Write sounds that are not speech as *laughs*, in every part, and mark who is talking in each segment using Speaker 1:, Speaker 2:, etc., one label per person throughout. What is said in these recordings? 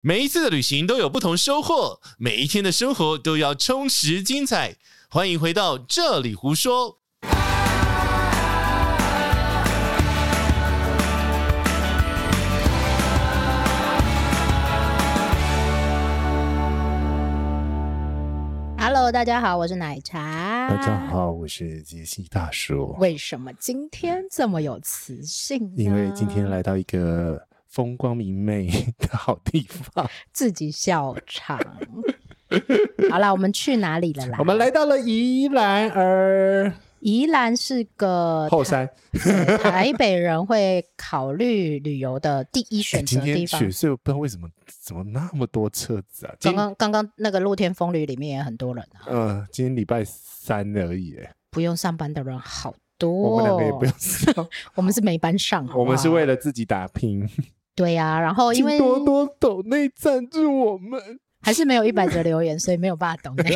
Speaker 1: 每一次的旅行都有不同收获，每一天的生活都要充实精彩。欢迎回到这里胡说。
Speaker 2: Hello，大家好，我是奶茶。
Speaker 3: 大家好，我是杰西大叔。
Speaker 2: 为什么今天这么有磁性呢？
Speaker 3: 因为今天来到一个风光明媚的好地方，
Speaker 2: 自己笑场。 *laughs* 好啦，我们去哪里了啦？
Speaker 3: 我们来到了宜兰儿
Speaker 2: 宜兰是个
Speaker 3: 后山。
Speaker 2: 台台北人会考虑旅游的第一
Speaker 3: 哎
Speaker 2: 选择
Speaker 3: 今
Speaker 2: 地
Speaker 3: 天
Speaker 2: 方。
Speaker 3: 雪隧不知道为什么怎么那么多车子啊？今
Speaker 2: 刚刚刚刚那个露天风旅里面也很多人啊，
Speaker 3: 嗯、今天礼拜三而已耶，
Speaker 2: 不用上班的人好多、哦
Speaker 3: 我们两个也不用上，
Speaker 2: 我们是没班上好不好
Speaker 3: 我们是为了自己打拼。
Speaker 2: 对呀、然后哦因
Speaker 3: 请
Speaker 2: 为
Speaker 3: 多多抖内赞助我们，
Speaker 2: 还是没有一百则留言，所以没有办法懂你。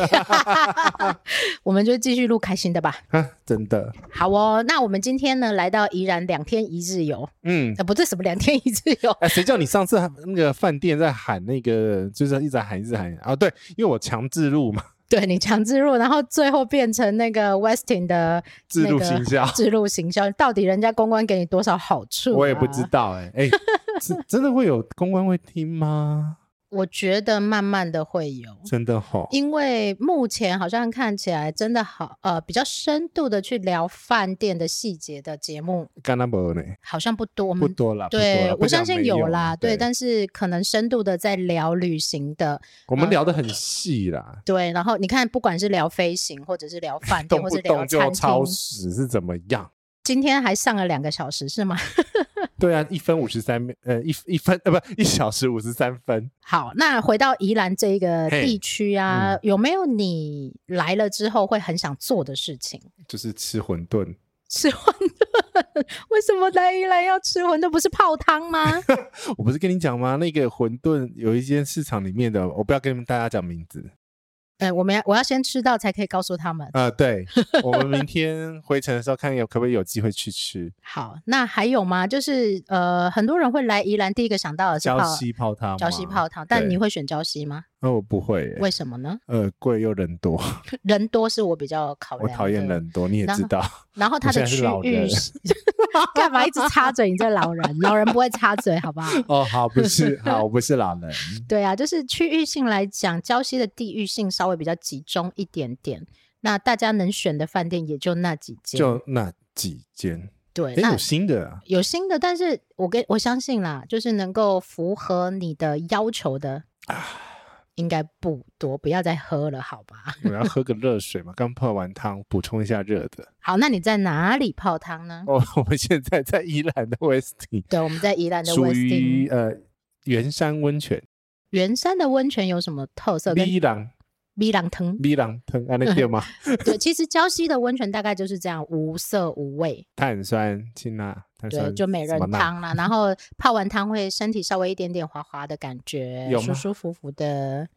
Speaker 2: 我们就继续录开心的吧。
Speaker 3: 啊，真的，
Speaker 2: 好哦，那我们今天呢来到宜兰两天一日游，
Speaker 3: 嗯。
Speaker 2: 呃，不对，什么两天一日游？ *laughs*
Speaker 3: 哎，谁叫你上次还那个饭店在喊那个，就是一直喊一直喊啊？对，因为我强制录嘛，
Speaker 2: 对你强自入，然后最后变成那个 Westin 的
Speaker 3: 自
Speaker 2: 那
Speaker 3: 录
Speaker 2: 个
Speaker 3: 行
Speaker 2: *laughs*
Speaker 3: 销，
Speaker 2: 自入行销，到底人家公关给你多少好处、啊
Speaker 3: 我也不知。道哎、哎、是 *laughs* 真的会有公关会听吗？
Speaker 2: 我觉得慢慢的会有，
Speaker 3: 真的吼，
Speaker 2: 因为目前好像看起来真的好，呃，比较深度的去聊饭店的细节的节目
Speaker 3: 干那不呢？
Speaker 2: 好像不多。我
Speaker 3: 不
Speaker 2: 们
Speaker 3: 多啦，不多
Speaker 2: 嗯对
Speaker 3: 啦
Speaker 2: 我相信有啦，
Speaker 3: 对，
Speaker 2: 对，但是可能深度的在聊旅行的，
Speaker 3: 我们聊得很细啦，
Speaker 2: 对，然后你看，不管是聊飞行，或者是聊
Speaker 3: *laughs*
Speaker 2: 饭店，
Speaker 3: 动
Speaker 2: 或
Speaker 3: 不
Speaker 2: 者聊
Speaker 3: 动就
Speaker 2: 餐
Speaker 3: 超
Speaker 2: 厅，
Speaker 3: 时是怎么样？
Speaker 2: 今天还上了两个小时，是吗？ *laughs*
Speaker 3: 对啊，一分五十三，呃，一一分呃，不，一小时五十三分。
Speaker 2: 好，那回到宜兰这一个
Speaker 3: 嘿嗯
Speaker 2: 地区啊，有没有你来了之后会很想做的事情？ *laughs*
Speaker 3: 就是吃馄饨，
Speaker 2: 吃馄饨？为什么来宜兰要吃馄饨？不是泡汤
Speaker 3: *laughs*
Speaker 2: 吗？
Speaker 3: 我不是跟你讲吗？那个馄饨有一间市场里面的，我不要跟你们大家讲名字
Speaker 2: 呃，我们要我要先吃到才可以告诉他们。
Speaker 3: 啊、 *laughs* 对，我们明天回程的时候看有可不可以有机会去吃
Speaker 2: 好，那还有吗？就是呃，很多人会来宜兰，第一个想到的是
Speaker 3: 礁
Speaker 2: 泡
Speaker 3: 溪泡汤吗。
Speaker 2: 礁溪泡汤，但
Speaker 3: 对
Speaker 2: 你会选礁溪吗？
Speaker 3: 那、哦我不会耶、
Speaker 2: 为什么呢？
Speaker 3: 呃，贵又人多，
Speaker 2: 人多是我比较考
Speaker 3: 我
Speaker 2: 量的。
Speaker 3: 讨厌人多，你也
Speaker 2: 然
Speaker 3: 知
Speaker 2: 后
Speaker 3: 道。
Speaker 2: 然后它
Speaker 3: 我
Speaker 2: 的
Speaker 3: 现在是
Speaker 2: 区
Speaker 3: 老
Speaker 2: 域
Speaker 3: 人
Speaker 2: 是干嘛一直插嘴？你这老人，老人不会插嘴，好不好？
Speaker 3: *laughs* 哦，好，不是，好，我不是老
Speaker 2: *laughs*
Speaker 3: 人。
Speaker 2: 对啊，就是区域性来讲，礁溪的地域性稍微比较集中一点点。那大家能选的饭店也就那几间，
Speaker 3: 就那几间，
Speaker 2: 对，
Speaker 3: 哎，
Speaker 2: 那
Speaker 3: 有新的啊，
Speaker 2: 有新的，但是我跟我相信啦，就是能够符合你的要求的，
Speaker 3: 啊
Speaker 2: 应该不多，不要再喝了，好吧？
Speaker 3: 我要喝个热水嘛，刚泡完汤，补充一下热
Speaker 2: *laughs*
Speaker 3: 的。
Speaker 2: 好，那你在哪里泡汤呢？
Speaker 3: 哦，我们现在在宜兰的 Westin，
Speaker 2: 对，我们在宜兰的
Speaker 3: 属
Speaker 2: Westin
Speaker 3: 于呃圆山温泉，
Speaker 2: 圆山的温泉有什么特色？跟
Speaker 3: 米朗
Speaker 2: 米
Speaker 3: *laughs*
Speaker 2: 朗藤
Speaker 3: 米朗汤，安那对吗？
Speaker 2: 对，其实礁溪的温泉大概就是这样，无色无味，
Speaker 3: 碳酸氢钠，碳
Speaker 2: 对，
Speaker 3: 酸
Speaker 2: 就美
Speaker 3: 什么
Speaker 2: 人
Speaker 3: 钠，
Speaker 2: 汤啦。然后泡完汤会身体稍微一点点滑滑的感觉，
Speaker 3: 有
Speaker 2: 舒
Speaker 3: 吗
Speaker 2: 舒服服的，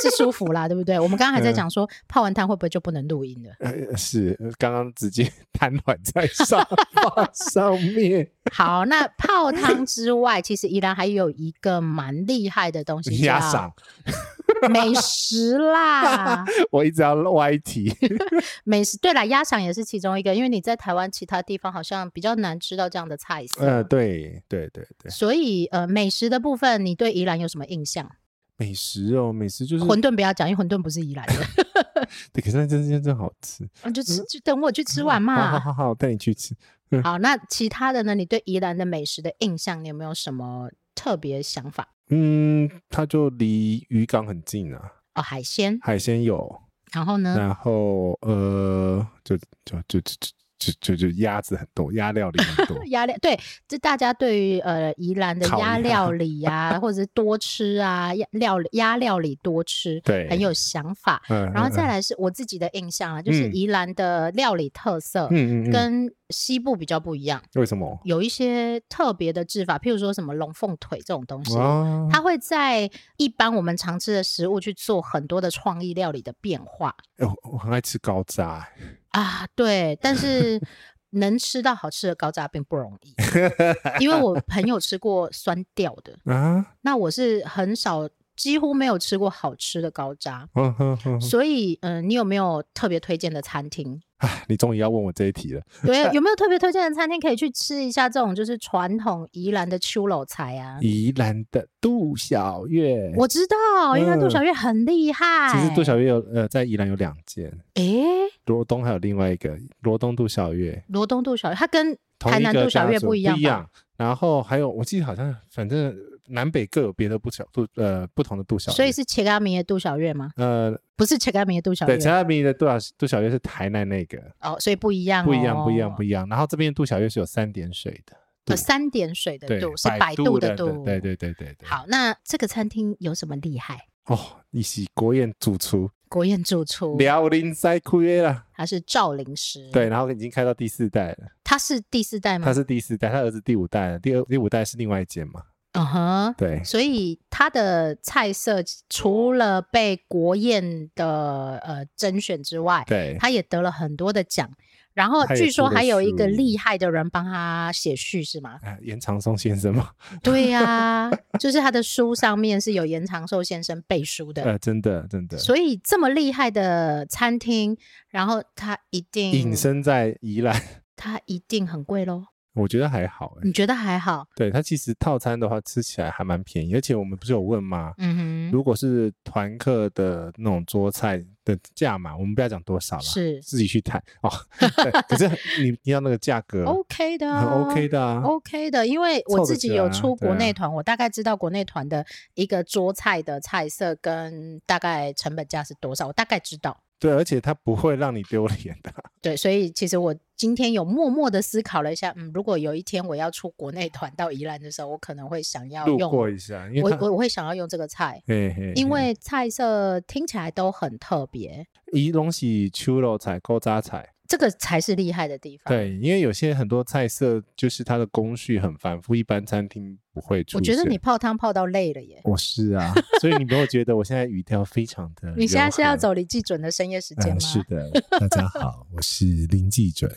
Speaker 2: 是舒服啦，对不对？我们刚刚
Speaker 3: 嗯
Speaker 2: 还在讲说，泡完汤会不会就不能录音了？
Speaker 3: 呃是呃刚刚直接瘫软在沙发上面，
Speaker 2: 好，那泡汤之外，其实宜兰还有一个蛮厉害的东西，
Speaker 3: 压
Speaker 2: 叫
Speaker 3: 嗓，
Speaker 2: 美食啦，
Speaker 3: 我一直要歪题。
Speaker 2: 美食。对啦，鸭肠也是其中一个，因为你在台湾其他地方好像比较难吃到这样的菜色。
Speaker 3: 呃，对对对对，
Speaker 2: 所以，呃，美食的部分，你对宜兰有什么印象？
Speaker 3: 美食哦，美食就是
Speaker 2: 馄饨不要讲，因为馄饨不是宜兰的，
Speaker 3: 对，可是那真真真好吃。
Speaker 2: 你就吃，就等我去吃完
Speaker 3: 嗯好好
Speaker 2: 嘛。
Speaker 3: 好好，我带你去吃。
Speaker 2: 好，那其他的呢？你对宜兰的美食的印象，你有没有什么特别想法？
Speaker 3: 嗯，它就离渔港很近啊，
Speaker 2: 哦，海鲜，
Speaker 3: 海鲜有，
Speaker 2: 然后呢？。
Speaker 3: 然后呃，就就就就就就就鸭子很多，鸭料理很多
Speaker 2: 鸭料对，这大家对于呃宜兰的
Speaker 3: 烤鸭
Speaker 2: 鸭料理呀、或者是多吃啊，鸭料理鸭料理多吃，
Speaker 3: 对
Speaker 2: 很有想法。
Speaker 3: 嗯，
Speaker 2: 然后再
Speaker 3: 来，
Speaker 2: 来是我自己的印象啊，就是
Speaker 3: 嗯
Speaker 2: 宜兰的料理特色、
Speaker 3: 嗯嗯嗯，
Speaker 2: 跟西部比较不一样，
Speaker 3: 为什么？
Speaker 2: 有一些特别的制法，譬如说什么龙凤腿这种东西，
Speaker 3: 啊，
Speaker 2: 它会在一般我们常吃的食物去做很多的创意料理的变化
Speaker 3: 哎我我很爱吃高渣，哎 *laughs*
Speaker 2: 啊，对，但是能吃到好吃的高渣并不容易，因为我朋友吃过酸掉的，
Speaker 3: 啊，
Speaker 2: 那我是很少，几乎没有吃过好吃的高渣。
Speaker 3: 嗯哼哼，
Speaker 2: 所以，嗯、你有没有特别推荐的餐厅？
Speaker 3: 哎，你终于要问我这一题了。
Speaker 2: *laughs* 对，有没有特别推荐的餐厅可以去吃一下这种就是传统宜兰的秋楼菜啊？
Speaker 3: 宜兰的杜小月，
Speaker 2: 我知道，因为杜
Speaker 3: 嗯
Speaker 2: 小月很厉害。
Speaker 3: 其实杜小月有呃，在宜兰有两间，
Speaker 2: 诶，
Speaker 3: 罗东还有另外一个罗东杜小月，
Speaker 2: 罗东杜小月，它跟
Speaker 3: 同
Speaker 2: 台
Speaker 3: 一
Speaker 2: 南
Speaker 3: 个
Speaker 2: 杜小
Speaker 3: 家
Speaker 2: 月
Speaker 3: 族
Speaker 2: 不
Speaker 3: 不
Speaker 2: 一样吧
Speaker 3: 然后还有，我记得好像反正南北各有别的不小杜呃不同的杜小月，
Speaker 2: 所以是切嘎米的杜小月吗？
Speaker 3: 呃
Speaker 2: 不是切嘎米的杜小
Speaker 3: 对，
Speaker 2: 月
Speaker 3: 陈亚明的杜小杜小月是台南那个，
Speaker 2: 哦，所以不一样、
Speaker 3: 不一样不一样不
Speaker 2: 一
Speaker 3: 一样。然后这边杜小月是有三点水的，
Speaker 2: 呃，三点水的
Speaker 3: 对
Speaker 2: 度，是
Speaker 3: 百
Speaker 2: 百
Speaker 3: 度
Speaker 2: 度
Speaker 3: 的
Speaker 2: 度。
Speaker 3: 对对对对对。
Speaker 2: 好，那这个餐厅有什么厉害？
Speaker 3: 哦，你是国宴主厨
Speaker 2: 国宴主厨
Speaker 3: 辽宁塞库耶啦，
Speaker 2: 他是赵灵师，
Speaker 3: 对，，然后已经开到第四代了，
Speaker 2: 他是第四代吗
Speaker 3: 他？是第四代，他儿子第五代了，第二第五代是另外一间嘛，
Speaker 2: 嗯哼。
Speaker 3: 对，
Speaker 2: 所以他的菜色除了被国宴的呃甄选之外，
Speaker 3: 对，
Speaker 2: 他也得了很多的奖。然后
Speaker 3: 他也
Speaker 2: 据
Speaker 3: 出
Speaker 2: 说
Speaker 3: 了
Speaker 2: 还有一个
Speaker 3: 书
Speaker 2: 厉害的人帮他写序，是吗？
Speaker 3: 啊严长松先生嘛，
Speaker 2: 对呀、就是他的书上面是有严长寿先生背书的。
Speaker 3: 呃，真的真的，
Speaker 2: 所以这么厉害的餐厅，然后它一定
Speaker 3: 隐，身在宜兰，
Speaker 2: 它一定很贵咯。
Speaker 3: 我觉得还好、欸，
Speaker 2: 你觉得还好？
Speaker 3: 对，它其实套餐的话吃起来还蛮便宜，而且我们不是有问吗？
Speaker 2: 嗯哼，
Speaker 3: 如果是团客的那种桌菜的价嘛，我们不要讲多少了，
Speaker 2: 是
Speaker 3: 自己去谈哦。对可是你你要那个价格
Speaker 2: OK 的、啊、
Speaker 3: 很 *laughs* OK 的啊，
Speaker 2: OK 的，因为
Speaker 3: 凑
Speaker 2: 我
Speaker 3: 得
Speaker 2: 自
Speaker 3: 起
Speaker 2: 己
Speaker 3: 来
Speaker 2: 有
Speaker 3: 啊
Speaker 2: 出
Speaker 3: 对
Speaker 2: 国
Speaker 3: 啊
Speaker 2: 内团，我大概知道国内团的一个桌菜的菜色跟大概成本价是多少，我大概知道。
Speaker 3: 对，而且它不会让你丢脸的。
Speaker 2: 对，所以其实我今天有默默的思考了一下，嗯，如果有一天我要出国内团到宜兰的时候，我可能会想 *laughs* 要
Speaker 3: 路
Speaker 2: 用，
Speaker 3: 过一下，因
Speaker 2: 我
Speaker 3: 为它
Speaker 2: 我我会想要用这个菜，
Speaker 3: 嘿嘿嘿
Speaker 2: 因为菜色听起来都很特别，
Speaker 3: 宜隆喜秋肉菜、勾渣菜，
Speaker 2: 这个才是厉害的地方。
Speaker 3: 对，因为有些很多菜色就是它的工序很繁复，一般餐厅不会出
Speaker 2: 我
Speaker 3: 现。
Speaker 2: 觉得你泡汤泡到累了耶。
Speaker 3: 我是啊，所以你没有觉得我现在语调非常的？
Speaker 2: 你现在是要？走李济准的深夜时
Speaker 3: *laughs*
Speaker 2: 间吗？
Speaker 3: 呃，是的，大家好，我是林记准。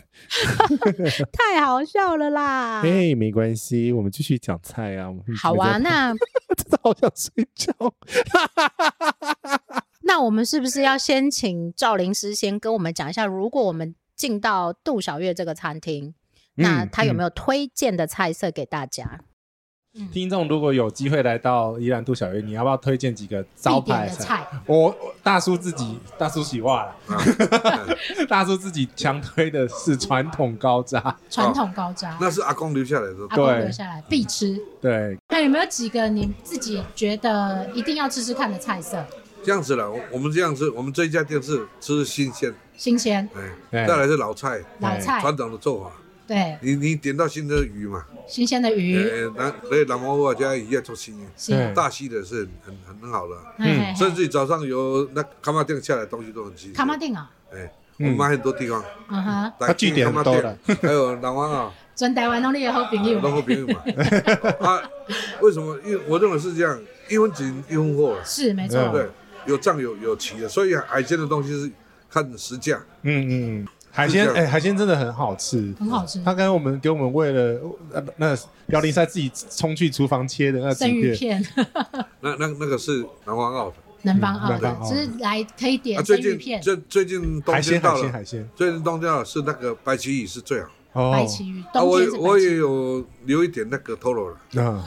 Speaker 2: *laughs* 太 *laughs* 好笑了啦！
Speaker 3: 哎，没关系，我们继续讲菜啊。我们
Speaker 2: 好
Speaker 3: 我
Speaker 2: 啊，
Speaker 3: 们在
Speaker 2: 那
Speaker 3: *laughs* 真的好想睡觉。
Speaker 2: 那我们是不是要先请赵灵师先跟我们讲一下，如果我们进到杜小月这个餐厅，那他有没
Speaker 3: 有、
Speaker 2: 有推荐的菜色给大家？
Speaker 3: 嗯 *laughs* 听众？如果有机会来到宜兰杜小月，你要不要推荐几个招
Speaker 2: 必点
Speaker 3: 牌
Speaker 2: 的？菜，
Speaker 3: 我我大叔自己，大叔喜欢啦，
Speaker 4: 啊
Speaker 3: *laughs* 大叔自己强推的是传统高渣，
Speaker 4: 传
Speaker 2: 统高渣
Speaker 4: 那是阿公留下来的
Speaker 3: 阿公对留
Speaker 2: 下来必吃。
Speaker 3: 对，
Speaker 2: 那有没有几个你自己觉得一定要吃吃看的菜色？
Speaker 4: 这样子了，我我们这样吃，我们这一家店是吃新鲜，
Speaker 2: 新鲜
Speaker 4: 哎，
Speaker 3: 哎
Speaker 4: 再来是老菜，
Speaker 3: 老菜
Speaker 4: 传统的做法。
Speaker 2: 对，
Speaker 4: 你你点到新的鱼嘛，
Speaker 2: 新鲜的鱼，
Speaker 4: 呃，南对南方话家鱼要做新鲜，
Speaker 3: 对
Speaker 4: 大溪的是很很很好的，
Speaker 3: 嗯
Speaker 4: 嗯甚至早上由那卡玛店下来的东西都很新鲜。
Speaker 2: 哎卡马，定啊，
Speaker 4: 哎，我们买很多地方，
Speaker 2: 嗯哼，
Speaker 3: 它
Speaker 4: 大
Speaker 3: 啊据点很多的
Speaker 4: 卡玛 *laughs* 店还有南方啊，
Speaker 2: 真台湾拢你的好朋
Speaker 4: 然后朋友嘛，啊，为什么？因为我认为是这样，一分钱一分货啊。
Speaker 2: 是没
Speaker 3: 错嗯
Speaker 4: 对，有涨有有齐的，所以海鲜的东西是看时价。
Speaker 3: 嗯嗯，海鲜
Speaker 4: 是这
Speaker 3: 哎、
Speaker 4: 样
Speaker 3: 海鲜真的很好吃，
Speaker 2: 很好吃
Speaker 3: 他刚才我们给我们为了呃那辽宁赛自己冲去厨房切的那
Speaker 2: 生
Speaker 3: 几
Speaker 2: 鱼
Speaker 3: 片，
Speaker 2: 片。
Speaker 4: 那那那个是南方澳的，
Speaker 2: 南
Speaker 4: 嗯
Speaker 2: 方澳
Speaker 3: 南方
Speaker 2: 的，
Speaker 3: 澳
Speaker 2: 只是来可以点
Speaker 4: 啊，
Speaker 2: 生
Speaker 4: 最
Speaker 2: 鱼
Speaker 4: 近
Speaker 2: 片、
Speaker 4: 最最近冬
Speaker 3: 海
Speaker 4: 天
Speaker 3: 鲜海
Speaker 4: 到
Speaker 3: 鲜
Speaker 4: 了，
Speaker 3: 海鲜
Speaker 4: 最近冬天到了是那个白旗鱼是最好。
Speaker 3: 哦
Speaker 2: 白旗鱼，
Speaker 4: 啊，
Speaker 2: 冬
Speaker 4: 我
Speaker 2: 天是白
Speaker 4: 我也
Speaker 2: 旗鱼。
Speaker 4: 有留一点那个透露了，
Speaker 3: 嗯，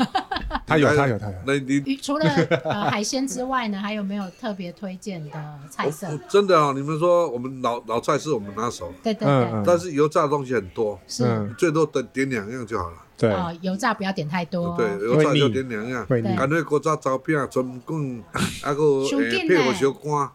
Speaker 3: 他
Speaker 4: *laughs*
Speaker 3: 有他有他有，
Speaker 4: 那你
Speaker 2: 鱼除了呃海鲜之外呢，还有没有特别推荐的
Speaker 4: 我
Speaker 2: 菜色
Speaker 4: 我？真的啊，你们说我们老老菜是我们拿手，
Speaker 2: 对对
Speaker 3: 嗯
Speaker 2: 对，
Speaker 3: 嗯，
Speaker 4: 但是油炸的东西很多，
Speaker 2: 是
Speaker 3: 嗯
Speaker 4: 最多点点两样就好了。
Speaker 3: 对，
Speaker 2: 哦，油炸不要点太多。
Speaker 4: 对，油炸
Speaker 3: 会腻
Speaker 4: 就点两样，
Speaker 3: 会腻
Speaker 2: 对
Speaker 4: 干脆锅炸糟饼、春卷， *laughs* 啊还有
Speaker 2: 手
Speaker 4: 诶
Speaker 2: 卷
Speaker 4: 配
Speaker 2: 呢
Speaker 4: 火小
Speaker 2: *laughs*
Speaker 4: 干，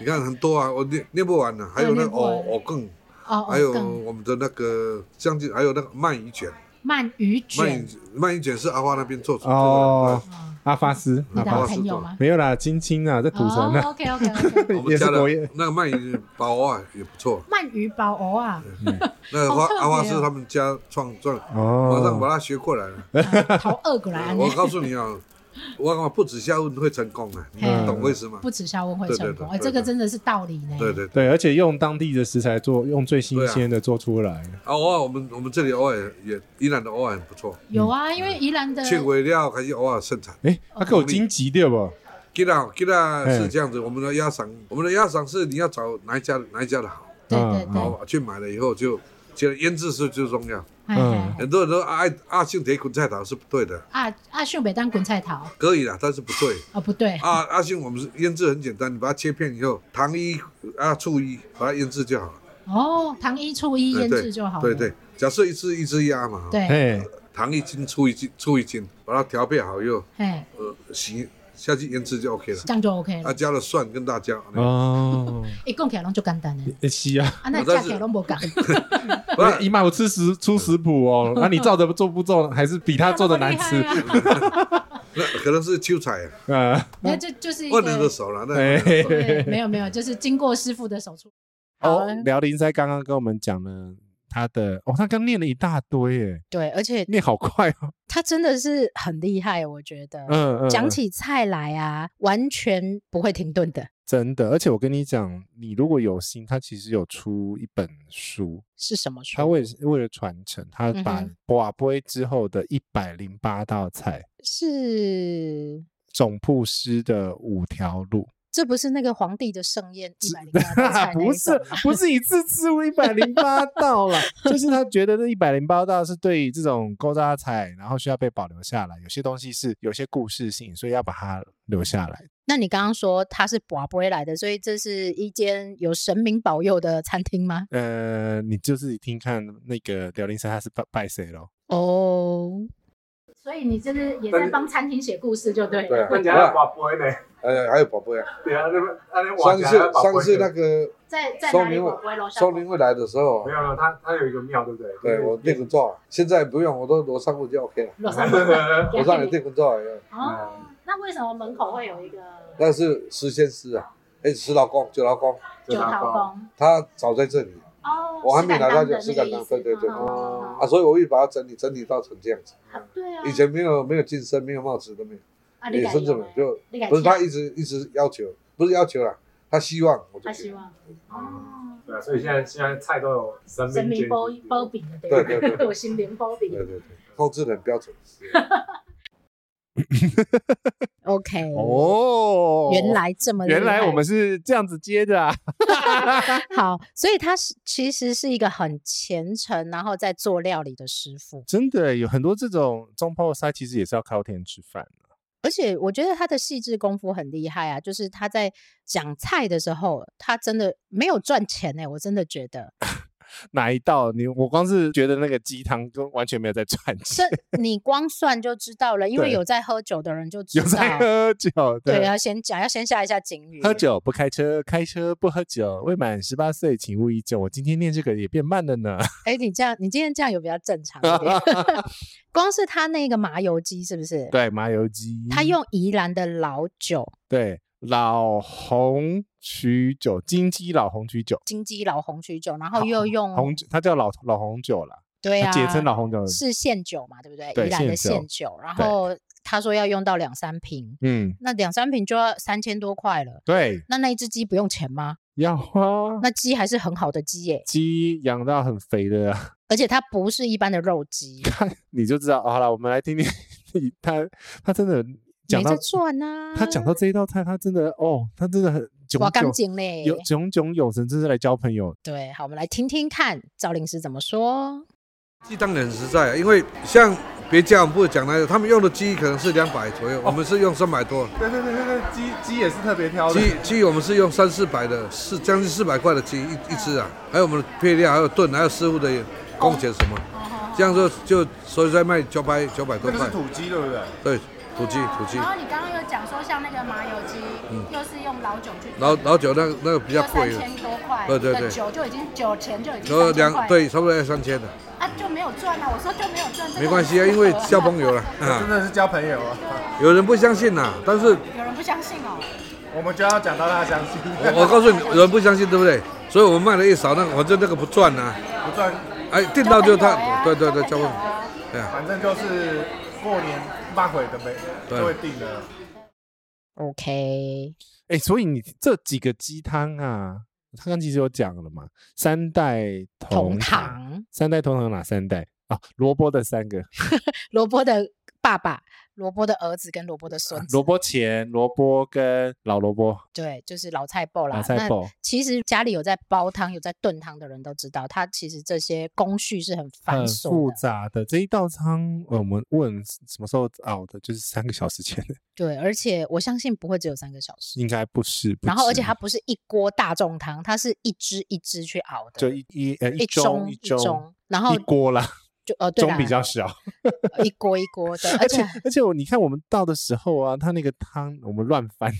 Speaker 4: 你看很多啊，我念念不完呢。还有那
Speaker 2: 对念
Speaker 4: 个
Speaker 2: 哦不完
Speaker 4: 藕藕羹，
Speaker 2: 哦，
Speaker 4: 还有
Speaker 2: 更
Speaker 4: 我们的那个将近，还有那个鳗鱼卷，
Speaker 2: 鳗鱼
Speaker 4: 鳗
Speaker 2: 哦卷
Speaker 4: 鱼，鳗鱼卷是阿花那边做出来的。
Speaker 3: 哦
Speaker 4: 啊，
Speaker 3: 阿发斯
Speaker 2: 你
Speaker 3: 阿
Speaker 2: 的
Speaker 3: 发
Speaker 4: 好
Speaker 3: 斯
Speaker 2: 朋友吗？
Speaker 3: 没有啦，金青啊，在土城
Speaker 4: *laughs*
Speaker 2: 哦
Speaker 3: 啊，
Speaker 2: ，OK OK OK。
Speaker 4: 我
Speaker 3: *laughs*
Speaker 4: 们
Speaker 3: 也是
Speaker 4: 家的
Speaker 3: 国宴
Speaker 4: 那个鳗鱼包啊也不错，
Speaker 2: 鳗鱼包藕啊，
Speaker 4: 那个花
Speaker 2: 好特别哦
Speaker 4: 阿花是他们家创创，马上把
Speaker 3: 哦，
Speaker 4: 它学过来了。 *laughs*
Speaker 2: 头饿过来啊，
Speaker 4: 我告诉你啊，我讲不止下问会成功啊，你
Speaker 2: 嗯
Speaker 4: 懂我意思吗？
Speaker 2: 不耻下问会
Speaker 4: 对对
Speaker 2: 成功，
Speaker 4: 对
Speaker 2: 哎，
Speaker 4: 对
Speaker 2: 这个
Speaker 4: 对
Speaker 2: 真的是道理呢。
Speaker 4: 对对对，
Speaker 3: 对，而且用当地的食材做，用最新鲜的做出来。
Speaker 4: 啊，偶尔我们我们这里偶尔也宜兰的偶尔很不错，
Speaker 2: 有啊，因为宜兰的
Speaker 4: 切尾料还是偶尔盛产。
Speaker 3: 哎，他给我荆棘对不？
Speaker 4: 吉拉吉拉
Speaker 3: 哎
Speaker 4: 是这样子，我们的鸭嗓，我们的鸭嗓是你要找哪一家哪一家的好，啊
Speaker 2: 对
Speaker 3: 嗯
Speaker 2: 对
Speaker 4: 然
Speaker 2: 对，
Speaker 4: 后去买了以后就。觉得腌制是最重要，
Speaker 2: 哎哎哎
Speaker 4: 很多人都爱阿信铁滚菜头是不对的，
Speaker 2: 啊啊，秀北当滚菜桃
Speaker 4: 可以啦，但是不对。
Speaker 2: 啊，不对， *laughs*
Speaker 4: 啊，阿信我们是腌制很简单，你把它切片以后，糖衣啊醋衣把它腌制就好了。哎
Speaker 2: 哦，糖衣醋衣腌
Speaker 4: 对
Speaker 2: 制就好了。
Speaker 4: 对对，假设一只一只鸭嘛，
Speaker 2: 对，
Speaker 3: 哎，
Speaker 4: 糖一斤醋一斤醋一斤，把它调配好以后，
Speaker 2: 哎，
Speaker 4: 呃，洗下去腌制就 OK 了。
Speaker 2: 这样就 OK
Speaker 4: 啊，
Speaker 2: 了。
Speaker 4: 加了蒜跟辣椒，
Speaker 3: 哦， *laughs*
Speaker 2: 哎，供起来拢就简单了。
Speaker 3: 诶是啊，
Speaker 2: 啊，那
Speaker 4: 我但
Speaker 2: 价
Speaker 4: 是
Speaker 2: 格拢无讲，
Speaker 4: 不然
Speaker 3: 姨妈，我吃食出食谱
Speaker 2: *laughs*
Speaker 3: 哦，那你照着做不做，还是比 *laughs* 他做的难吃？
Speaker 4: 那可能是秋彩啊，
Speaker 3: 啊，
Speaker 2: 啊那这就是一
Speaker 4: 问你的
Speaker 2: 个
Speaker 4: 手了，
Speaker 3: 哎 *laughs*
Speaker 4: 那
Speaker 2: 对，没有没有，就是经过师傅的手术。好
Speaker 3: 哦，辽林在刚刚跟我们讲了他的，哦，他刚念了一大堆，哎，
Speaker 2: 对，而且
Speaker 3: 念好快哦，
Speaker 2: 他真的是很厉害，我觉得。
Speaker 3: 嗯嗯，
Speaker 2: 讲起菜来啊，完全不会停顿的，
Speaker 3: 真的，而且我跟你讲，你如果有心，他其实有出一本书，
Speaker 2: 是什么
Speaker 3: 他
Speaker 2: 书？
Speaker 3: 为为了传承，他把
Speaker 2: 嗯哼
Speaker 3: 瓦杯之后的一百零八道菜，
Speaker 2: 是
Speaker 3: 总铺师的五条路，
Speaker 2: 这不是那个皇帝的盛
Speaker 3: *laughs*
Speaker 2: 宴一百零八道菜那
Speaker 3: 不
Speaker 2: 一种
Speaker 3: 是不是一次吃一百零八道
Speaker 2: *laughs*
Speaker 3: 啦，就是他觉得这一百零八道是对于这种勾扎菜，然后需要被保留下来，有些东西是有些故事性，所以要把它留下来。
Speaker 2: 那你刚刚说他是拔不会来的，所以这是一间有神明保佑的餐厅吗？
Speaker 3: 呃，你就自己听看那个辽宁山他是拜拜谁咯？
Speaker 2: 哦，所以你就是也在帮餐厅写故事就对了。
Speaker 4: 对啊，
Speaker 5: 人家
Speaker 4: 啊
Speaker 5: 宝贝呢？
Speaker 4: 呃，还有宝贝啊，
Speaker 5: 对啊，那么那
Speaker 4: 上
Speaker 5: 你往
Speaker 4: 次
Speaker 5: 下宝贝
Speaker 4: 上次那个
Speaker 2: 在在
Speaker 4: 松
Speaker 2: 哪里？
Speaker 4: 林
Speaker 2: 我不会楼上
Speaker 4: 松林会来的时候啊
Speaker 5: 没，有没有，他他有一个庙，对不对？
Speaker 4: 对我电工照，现在不用，我都楼上我就 OK 了，
Speaker 2: 楼上
Speaker 5: 对
Speaker 4: *laughs*
Speaker 5: 对 *laughs* 对
Speaker 4: 楼上有电工照，哎
Speaker 5: 嗯
Speaker 2: 哦，那为什么门口会有一个
Speaker 4: 那是石先师啊，哎，石老公，九老公，
Speaker 2: 九桃
Speaker 5: 公。
Speaker 2: 宫？
Speaker 4: 他早在这里
Speaker 2: 哦，
Speaker 4: 我还没拿到
Speaker 2: 就
Speaker 4: 就是感当对对对
Speaker 5: 哦
Speaker 4: 啊，所以我一把它整理整理到成这样子。
Speaker 2: 对啊，
Speaker 4: 以前没有没有晋升，没有帽子都没有，哎
Speaker 2: 啊，你
Speaker 4: 也
Speaker 2: 敢
Speaker 4: 甚至
Speaker 2: 用
Speaker 4: 没
Speaker 2: 吗？
Speaker 4: 有，
Speaker 2: 你敢
Speaker 4: 就不是他
Speaker 2: 签
Speaker 4: 一直一直要求，不是要求啦，他希望我就
Speaker 2: 他
Speaker 4: 去
Speaker 2: 希望哦，
Speaker 5: 对啊，所以现在现在菜都有神
Speaker 2: 神
Speaker 5: 明
Speaker 2: 明包包
Speaker 5: 包
Speaker 2: 饼的对
Speaker 4: 对对
Speaker 2: 吧 *laughs*
Speaker 4: 对对
Speaker 2: 有心灵包
Speaker 4: 对
Speaker 2: 饼。
Speaker 4: 对对，控制得很标
Speaker 2: *laughs*
Speaker 4: 准。
Speaker 2: OK，
Speaker 3: 哦
Speaker 2: 嗯原来这么厉害
Speaker 3: 原来我们是这样子接的啊！
Speaker 2: 好，所以他是其实是一个很虔诚，然后在做料理的师傅，
Speaker 3: 真的欸有很多这种中泡菜，其实也是要靠天吃饭的。
Speaker 2: 而且我觉得他的细致功夫很厉害啊，就是他在讲菜的时候，他真的没有赚钱哎、我真的觉得，
Speaker 3: 哪一道你我光是觉得那个鸡汤跟完全没有在赚钱，
Speaker 2: 这你光算就知道了，因为
Speaker 3: 对
Speaker 2: 有在喝酒的人就知
Speaker 3: 有
Speaker 2: 道，
Speaker 3: 在喝酒，
Speaker 2: 啊对，啊要先讲，要先下一下警语，
Speaker 3: 喝酒不开车，开车不喝酒。未满十八岁，请勿饮酒。我今天念这个也变慢了呢。
Speaker 2: 哎，你这样，你今天这样有比较正常一点。
Speaker 3: *laughs*
Speaker 2: 光是他那个麻油鸡是不是？
Speaker 3: 对，嗯麻油鸡，
Speaker 2: 他用宜兰的老酒，
Speaker 3: 对老红曲酒，金鸡老红曲酒，
Speaker 2: 金鸡老红曲酒，然后
Speaker 3: 好
Speaker 2: 又用
Speaker 3: 红酒它叫老老红酒啦，
Speaker 2: 哦对
Speaker 3: 它
Speaker 2: 啊，
Speaker 3: 简称老红酒。
Speaker 2: 是现酒嘛，对不对？
Speaker 3: 对
Speaker 2: 宜兰的
Speaker 3: 现酒
Speaker 2: 现酒，然
Speaker 3: 对
Speaker 2: 后他说要用到两三瓶，
Speaker 3: 嗯，
Speaker 2: 那两三瓶就要三千多块了。
Speaker 3: 对，
Speaker 2: 那那一只鸡不用钱吗？
Speaker 3: 要啊。
Speaker 2: 那鸡还是很好的鸡耶，
Speaker 3: 鸡养到很肥的啊，
Speaker 2: 而且它不是一般的肉鸡，
Speaker 3: 你就知道。好了，我们来听听他，他真的讲
Speaker 2: 没
Speaker 3: 到
Speaker 2: 在赚啊。
Speaker 3: 他讲到这一道菜，他真的哦，他真的很炯
Speaker 2: 我刚
Speaker 3: 炯
Speaker 2: 讲嘞，
Speaker 3: 有炯炯有神，真是来交朋友。
Speaker 2: 对，好，我们来听听看赵林师怎么说。
Speaker 4: 鸡当然很实在，因为像别家我们不讲那个，他们用的鸡可能是两百左右，
Speaker 5: 哦
Speaker 4: 我们是用三百多。
Speaker 5: 对对对对对，鸡鸡也是特别挑
Speaker 4: 鸡鸡我们是用三四百的，四将近四百块的鸡一一只啊，还有我们的配料，还有炖，还有师傅的工钱什么，
Speaker 5: 哦
Speaker 4: 这样就就所以在卖九百九百多块，
Speaker 5: 鸡，对不对？
Speaker 4: 对，土鸡土鸡
Speaker 6: 然，后你刚刚有讲说，像那个麻油鸡，
Speaker 4: 嗯
Speaker 6: 又是用老酒去做，
Speaker 4: 老老酒那个那个比较
Speaker 6: 就
Speaker 4: 贵
Speaker 6: 三
Speaker 4: 了，
Speaker 6: 千多块，
Speaker 4: 对对对
Speaker 6: 的酒就已经酒钱就已
Speaker 4: 然后
Speaker 6: 经三千
Speaker 4: 两
Speaker 6: 块，，
Speaker 4: 对差不多要三千的，
Speaker 6: 啊就没有赚啊，我说就没有赚，这个
Speaker 4: 没关系啊，因为交朋友了啊
Speaker 5: 哦真。的是交朋友啊，
Speaker 4: 有人不相信呐、但是
Speaker 6: *laughs* 有人不相信哦，
Speaker 5: 我们就要讲到他相信，
Speaker 4: 我
Speaker 3: *laughs*
Speaker 4: 我告诉你，有人不相信，对不对？所以我们卖了一少，那个反正那个不赚呐、
Speaker 5: 不赚，
Speaker 4: 哎，订到就他
Speaker 6: 交朋友，呀
Speaker 4: 对对对，
Speaker 6: 交
Speaker 4: 交哎朋
Speaker 6: 朋友
Speaker 4: 友
Speaker 6: 啊
Speaker 4: 对啊，
Speaker 5: 反正就是过年慢回的没
Speaker 4: 对
Speaker 5: 就会定了。
Speaker 2: OK，
Speaker 3: 哎、所以你这几个鸡汤啊，他刚其实有讲了嘛，三代
Speaker 2: 同
Speaker 3: 同堂，
Speaker 2: 堂
Speaker 3: 三代同堂哪三代啊？萝卜的三
Speaker 2: *laughs*
Speaker 3: 个，
Speaker 2: 萝卜的爸爸、萝卜的儿子跟萝卜的孙子，
Speaker 3: 啊萝卜钱、萝卜跟老萝卜、
Speaker 2: 对，就是老菜包啦。
Speaker 3: 老菜
Speaker 2: 那
Speaker 3: 包。
Speaker 2: 其实家里有在煲汤、有在炖汤的人都知道，它其实这些工序是很繁
Speaker 3: 很
Speaker 2: 琐
Speaker 3: 复
Speaker 2: 的。
Speaker 3: 杂的这一道汤，呃我们问什么时候熬的，就是三个小时前的，
Speaker 2: 对，而且我相信不会只有三个小时。
Speaker 3: 应该不是。不
Speaker 2: 然后，而
Speaker 3: 止
Speaker 2: 且它不是一锅大众汤，它是一只一只去熬的，
Speaker 3: 就一一呃
Speaker 2: 一
Speaker 3: 盅
Speaker 2: 一
Speaker 3: 盅
Speaker 2: 盅，然后
Speaker 3: 一锅啦，
Speaker 2: 就
Speaker 3: *laughs*
Speaker 2: 呃对啦
Speaker 3: 盅比较少。
Speaker 2: 呃一锅一锅
Speaker 3: *laughs*
Speaker 2: 的，而
Speaker 3: 而
Speaker 2: 且
Speaker 3: 且而且我你看我们倒的时候啊，它那个汤我们乱翻，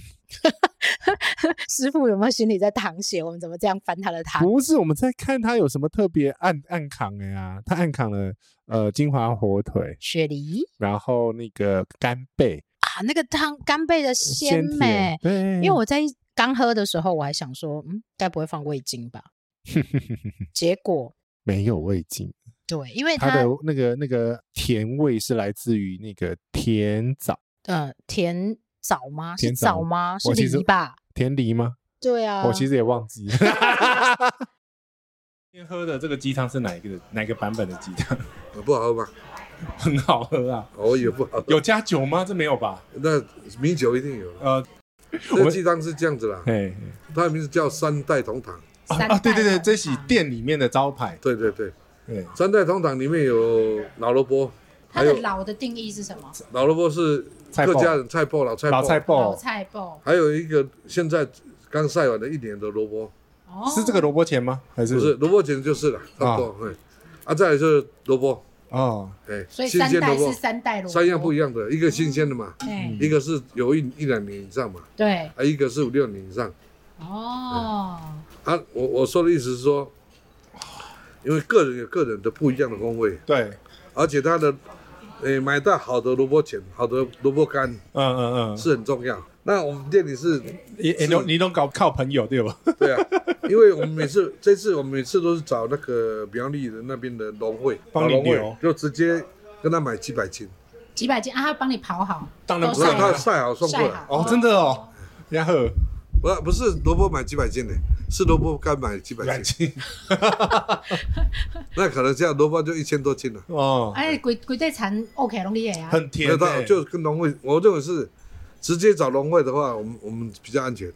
Speaker 2: 师傅有没有心里在淌血？我们怎么这样翻他的汤？
Speaker 3: 不是我们在看它有什么特别暗暗扛的呀、它暗扛了呃金华火腿，
Speaker 2: 雪梨
Speaker 3: 然后那个干贝
Speaker 2: 啊，那个汤干贝的鲜
Speaker 3: 呃甜
Speaker 2: 美，
Speaker 3: 对，
Speaker 2: 因为我在一刚喝的时候，我还想说，嗯，该不会放味精吧？
Speaker 3: *laughs*
Speaker 2: 结果
Speaker 3: 没有味精。
Speaker 2: 对，因为
Speaker 3: 它
Speaker 2: 它
Speaker 3: 的那个那个甜味是来自于那个甜枣、
Speaker 2: 呃甜枣吗？是
Speaker 3: 甜枣
Speaker 2: 枣吗？是
Speaker 3: 我其实
Speaker 2: 梨吧？
Speaker 3: 甜梨吗？
Speaker 2: 对啊，
Speaker 3: 我其实也忘 *laughs* 记。了。今天喝的这个鸡汤是哪一个哪一个版本的鸡汤？ *laughs*
Speaker 4: 不好喝吗？
Speaker 3: 很好喝啊！
Speaker 4: 我也不好喝，
Speaker 3: 有加酒吗？这没有吧？
Speaker 4: 那米酒一定有。
Speaker 3: 呃，
Speaker 4: 这鸡汤是这样子啦，
Speaker 3: 嘿，
Speaker 4: 它的名字叫三代同堂。
Speaker 3: 啊
Speaker 6: 三
Speaker 3: 啊，对对
Speaker 6: 代
Speaker 3: 对，
Speaker 6: 同
Speaker 3: 这是
Speaker 6: 堂
Speaker 3: 店里面的招牌。
Speaker 4: 对对对，
Speaker 3: 对，
Speaker 4: 三代同堂里面有老萝卜，
Speaker 6: 它
Speaker 4: 还
Speaker 6: 的
Speaker 4: 有
Speaker 6: 老的定义是什么？
Speaker 4: 老萝卜是
Speaker 3: 菜
Speaker 4: 各
Speaker 3: 包
Speaker 4: 家人菜包老菜包
Speaker 3: 老，菜
Speaker 6: 老
Speaker 3: 包
Speaker 6: 菜包
Speaker 4: 还有一个现在刚晒完的一年的萝卜，
Speaker 6: 哦，
Speaker 3: 是这个萝卜钱吗？还是
Speaker 4: 不是萝卜卷就是了，差不多。哎，啊，再来就是萝卜，
Speaker 3: 哦，
Speaker 4: 哎，
Speaker 6: 所以
Speaker 4: 新
Speaker 6: 三
Speaker 4: 鲜
Speaker 6: 代
Speaker 4: 萝
Speaker 6: 是
Speaker 4: 卜，
Speaker 6: 三代萝卜，
Speaker 4: 三样不一样的，一个新鲜的嘛，
Speaker 6: 嗯对
Speaker 4: 一个是有一一两年以上嘛，
Speaker 6: 对
Speaker 4: 啊，一个是五六年以上。
Speaker 6: 哦，
Speaker 4: 啊，我我说的意思是说，因为个人有个人的不一样的风味，
Speaker 3: 对，
Speaker 4: 而且它的，诶，买到好的萝卜卷、好的萝卜干
Speaker 3: 嗯嗯嗯，
Speaker 4: 是很重要。那我们店
Speaker 3: *laughs*
Speaker 4: 里是，
Speaker 3: 你你都你都搞靠朋友对
Speaker 4: *laughs*
Speaker 3: 吧？
Speaker 4: 对啊，因为我们每次这次我们每次都是找那个苗栗的那边的农会，
Speaker 3: 帮你
Speaker 4: 老农
Speaker 3: 牛
Speaker 4: 会就直接跟他买几百斤，
Speaker 6: 几百斤啊，他帮你刨好，
Speaker 3: 当然
Speaker 6: 都
Speaker 3: 不
Speaker 4: 不
Speaker 3: 是
Speaker 4: 是
Speaker 6: 晒
Speaker 4: 他
Speaker 6: 好
Speaker 4: 晒好送
Speaker 6: 晒
Speaker 4: 过来，
Speaker 6: 好
Speaker 3: 哦，真的哦，然后
Speaker 4: 不是不是萝卜买几百斤的，是萝卜干买几百
Speaker 3: 软
Speaker 4: 斤，
Speaker 3: 禁
Speaker 4: 那可能这样萝卜就一千多斤了。
Speaker 3: 哦，
Speaker 6: 哎，规规对产 OK 拢你的啊，
Speaker 3: 很
Speaker 4: 没
Speaker 3: 甜
Speaker 4: 有
Speaker 3: 欸，
Speaker 4: 到就跟农会，我认为是直接找农会的话，我们我们比较安全的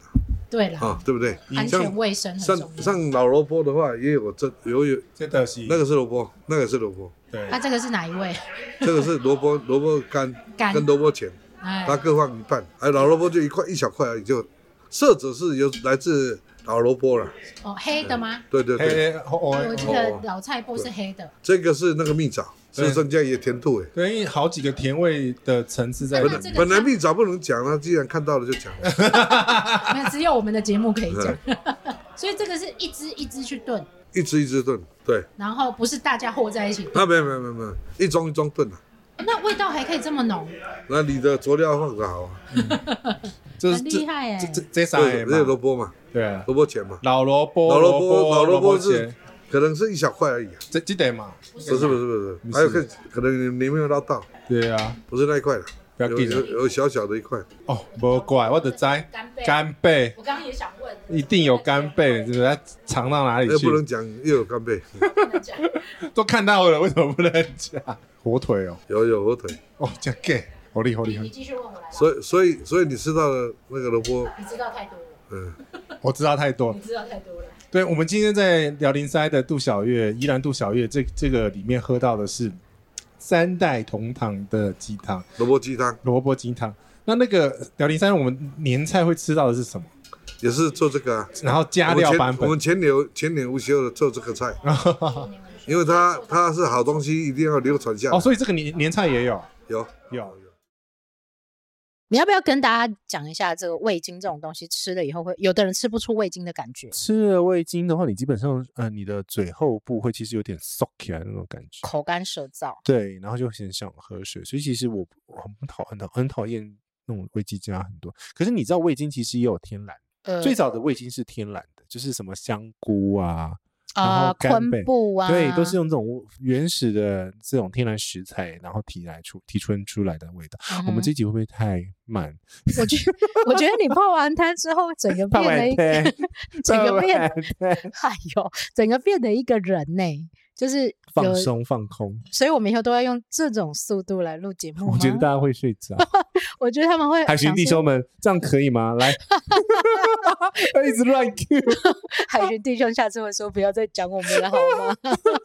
Speaker 6: 对
Speaker 3: 嗯
Speaker 6: 啦，
Speaker 4: 啊，对不对？
Speaker 6: 安全
Speaker 4: 像
Speaker 6: 卫生很重
Speaker 4: 像
Speaker 6: 要。
Speaker 4: 像老萝卜的话，也有这有有
Speaker 3: 这的是
Speaker 4: 那个是萝卜，那个是萝卜，
Speaker 3: 对
Speaker 6: 啊那这个是哪一位？
Speaker 4: 这个是萝卜萝卜干
Speaker 6: 干
Speaker 4: 跟萝卜钱，
Speaker 6: 哎
Speaker 4: 它，各放一半。哎，老萝卜就一块一小块而已，就色泽是由来自老萝卜了。
Speaker 6: 哦，黑的吗？
Speaker 4: 对对对，
Speaker 3: 哎，哦
Speaker 6: 我记
Speaker 3: 哦，
Speaker 6: 得老菜包是黑的，
Speaker 4: 这个是那个蜜枣，
Speaker 3: 对
Speaker 4: 是增加一些甜度哎。
Speaker 3: 对，因为好几个甜味的层次在
Speaker 6: 那
Speaker 4: 本
Speaker 6: 它
Speaker 4: 来
Speaker 6: 这个
Speaker 4: 本来
Speaker 6: 汤
Speaker 4: 蜜枣不能讲了，既然看到了就讲了。
Speaker 6: 没有只有我们的节目可以讲。 *laughs* 所以这个是一只一只去炖，
Speaker 4: 一只一只炖，对，
Speaker 6: 然后不是大家和在一起炖，
Speaker 4: 啊，没有没有没有没有，一盅一盅炖啊。
Speaker 6: 那味道还可以这么浓，
Speaker 4: 那你的佐料放的好啊，
Speaker 3: 这
Speaker 6: 很厉害哎
Speaker 3: 这这这啥
Speaker 4: 对，
Speaker 3: 哎
Speaker 4: 那萝卜嘛，
Speaker 3: 对，
Speaker 4: 萝卜钱嘛，
Speaker 3: 老萝卜，
Speaker 4: 老
Speaker 3: 卜，
Speaker 4: 萝卜老萝卜是
Speaker 3: 钱
Speaker 4: 可能是一小块而已啊，
Speaker 3: 这这得嘛？
Speaker 4: 不是不是不
Speaker 3: 不
Speaker 4: 是，
Speaker 3: 是
Speaker 4: 还有可可能你你没有捞到，
Speaker 3: 对啊，
Speaker 4: 不是那一块的，
Speaker 3: 不要
Speaker 4: 有
Speaker 3: 紧啊
Speaker 4: 有有小小的一块，
Speaker 3: 哦，不怪我的摘
Speaker 6: 干贝
Speaker 3: 干贝，
Speaker 6: 我刚刚也想问，
Speaker 3: 一定有干贝，是不是？它藏到哪里
Speaker 4: 那
Speaker 3: 去
Speaker 4: 不？能讲又有干贝，
Speaker 3: 都看到了，为什么不能加火腿哦？
Speaker 4: 有有火腿，
Speaker 3: 哦，加 gay，好厉害好厉
Speaker 6: 你
Speaker 3: 害！
Speaker 6: 继续问我来，
Speaker 4: 所以所以所以你吃到的那个萝卜，
Speaker 6: 你知道太多了，
Speaker 4: 嗯，
Speaker 3: 我知道太多了
Speaker 6: 你。知道太多了，
Speaker 3: 对，我们今天在辽宁塞的杜小月，宜兰杜小月这这个里面喝到的是三代同堂的鸡汤，
Speaker 4: 萝卜鸡汤
Speaker 3: 萝卜鸡汤。那那个辽宁山，我们年菜会吃到的是什么？
Speaker 4: 也是做这个啊。
Speaker 3: 然后加
Speaker 4: 我
Speaker 3: 料
Speaker 4: 们
Speaker 3: 版
Speaker 4: 前我
Speaker 3: 本
Speaker 4: 们，前年前年无休的做这个菜，因为它它是好东西，一定要流传下来
Speaker 3: 哦，。所以这个年年菜也有
Speaker 4: 有
Speaker 3: 有。
Speaker 2: 你要不要跟大家讲一下这个味精这种东西吃了以后会，有的人吃不出味精的感觉，
Speaker 3: 吃了味精的话，你基本上，呃，你的嘴后部会其实有点缩起来那种感觉，
Speaker 2: 口干舌燥。
Speaker 3: 对，然后就很想喝水，所以其实我不我很不讨很讨很讨厌那种味精加很多。可是你知道味精其实也有天然，
Speaker 2: 呃，
Speaker 3: 最早的味精是天然的，就是什么香菇啊，然
Speaker 2: 呃
Speaker 3: 后干
Speaker 2: 昆
Speaker 3: 贝，
Speaker 2: 布啊，
Speaker 3: 对，都是用这种原始的这种天然食材，然后提来出提纯出来的味道。
Speaker 2: 嗯哼。
Speaker 3: 我们这集会不会太慢？
Speaker 2: 我觉得我觉得你泡完汤之后，整个变了
Speaker 3: *laughs*
Speaker 2: 一
Speaker 3: 泡完
Speaker 2: 个，整个变，
Speaker 3: 对 *laughs* 不对
Speaker 2: *laughs* 哎呦，整个变了一个人呢、就是有
Speaker 3: 放，松放空，
Speaker 2: 所以我们以后都要用这种速度来录节目吗。
Speaker 3: 我觉得大家会睡着。
Speaker 2: 我觉得他们 *laughs* 会
Speaker 3: 海巡
Speaker 2: 想
Speaker 3: 弟
Speaker 2: 说
Speaker 3: 兄，们，这样可以
Speaker 2: *laughs*
Speaker 3: 吗？来，一直乱 Q。
Speaker 2: 海巡弟兄下次会说不要再讲我们了，好吗？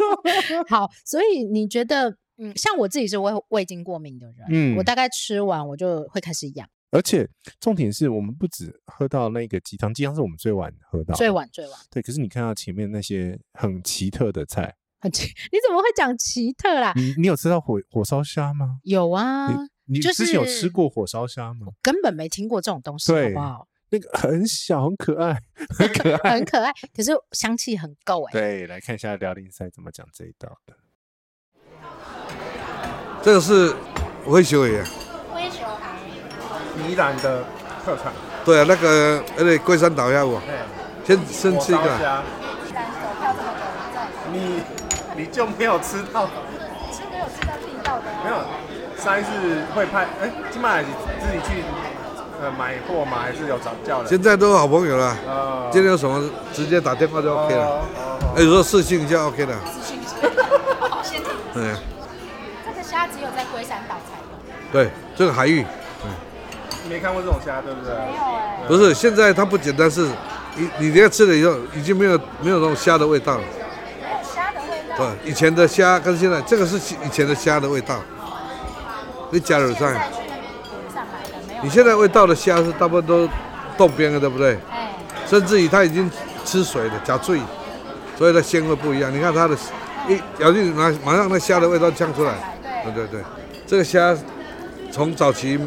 Speaker 2: *laughs* 好，所以你觉得，嗯，像我自己是味味精过敏的人，
Speaker 3: 嗯
Speaker 2: 我大概吃完我就会开始痒，
Speaker 3: 而且重点是我们不止喝到那个鸡汤，鸡汤是我们最晚喝到的，
Speaker 2: 最晚最晚。 *laughs*
Speaker 3: 对。可是你看到前面那些很奇特的菜，
Speaker 2: 很奇，你怎么会讲奇特啦？
Speaker 3: 你你有吃到火火烧虾吗？
Speaker 2: 有啊，
Speaker 3: 你
Speaker 2: 就
Speaker 3: 之前有吃
Speaker 2: 是
Speaker 3: 过火烧虾吗？
Speaker 2: 根本没听过这种东西，好
Speaker 3: 对
Speaker 2: 不好？
Speaker 3: 那个很小，很可爱，很可爱。
Speaker 2: 很可爱，可是香气很够哎、
Speaker 3: 对，来看一下辽宁赛怎么讲这一道的。
Speaker 4: 这个是灰熊也，
Speaker 5: 宜兰的特产，
Speaker 4: 对啊，那个而且龟山岛下我
Speaker 5: 对，
Speaker 4: 先先吃一
Speaker 5: 火烧
Speaker 4: 个，
Speaker 5: 虾你你就没有吃到，没有，上一次会派，哎、金马还是自己去呃买货吗？还是有找叫人？
Speaker 4: 现在都好朋友了，
Speaker 5: 呃
Speaker 4: 今天有什么直接打电话就 OK
Speaker 5: 哦
Speaker 4: 了，
Speaker 5: 了。
Speaker 4: 哎，有时候试训一下 OK 的，
Speaker 7: 好先进
Speaker 4: 嗯，
Speaker 7: 这个虾只有在龟山岛才有。
Speaker 4: 对，这个海域
Speaker 5: 没看过这种虾，对不对？
Speaker 7: 没有哎、
Speaker 4: 不是现在它不简单是，你你这个吃了以后已经没有没有那种虾的味道了，
Speaker 7: 没有虾的味道。
Speaker 4: 对，以前的虾跟现在这个是以前的虾的味道，你加了
Speaker 7: 现
Speaker 4: 在
Speaker 7: 在，去那边补上来的没有。
Speaker 4: 你现在味道的虾是大部分都冻冰的，对不对？
Speaker 7: 哎、
Speaker 4: 甚至于它已经吃水了，加醉，所以它鲜味不一样。你看它的一咬进去，马马上那虾的味道呛出来。对对对，这个虾从早期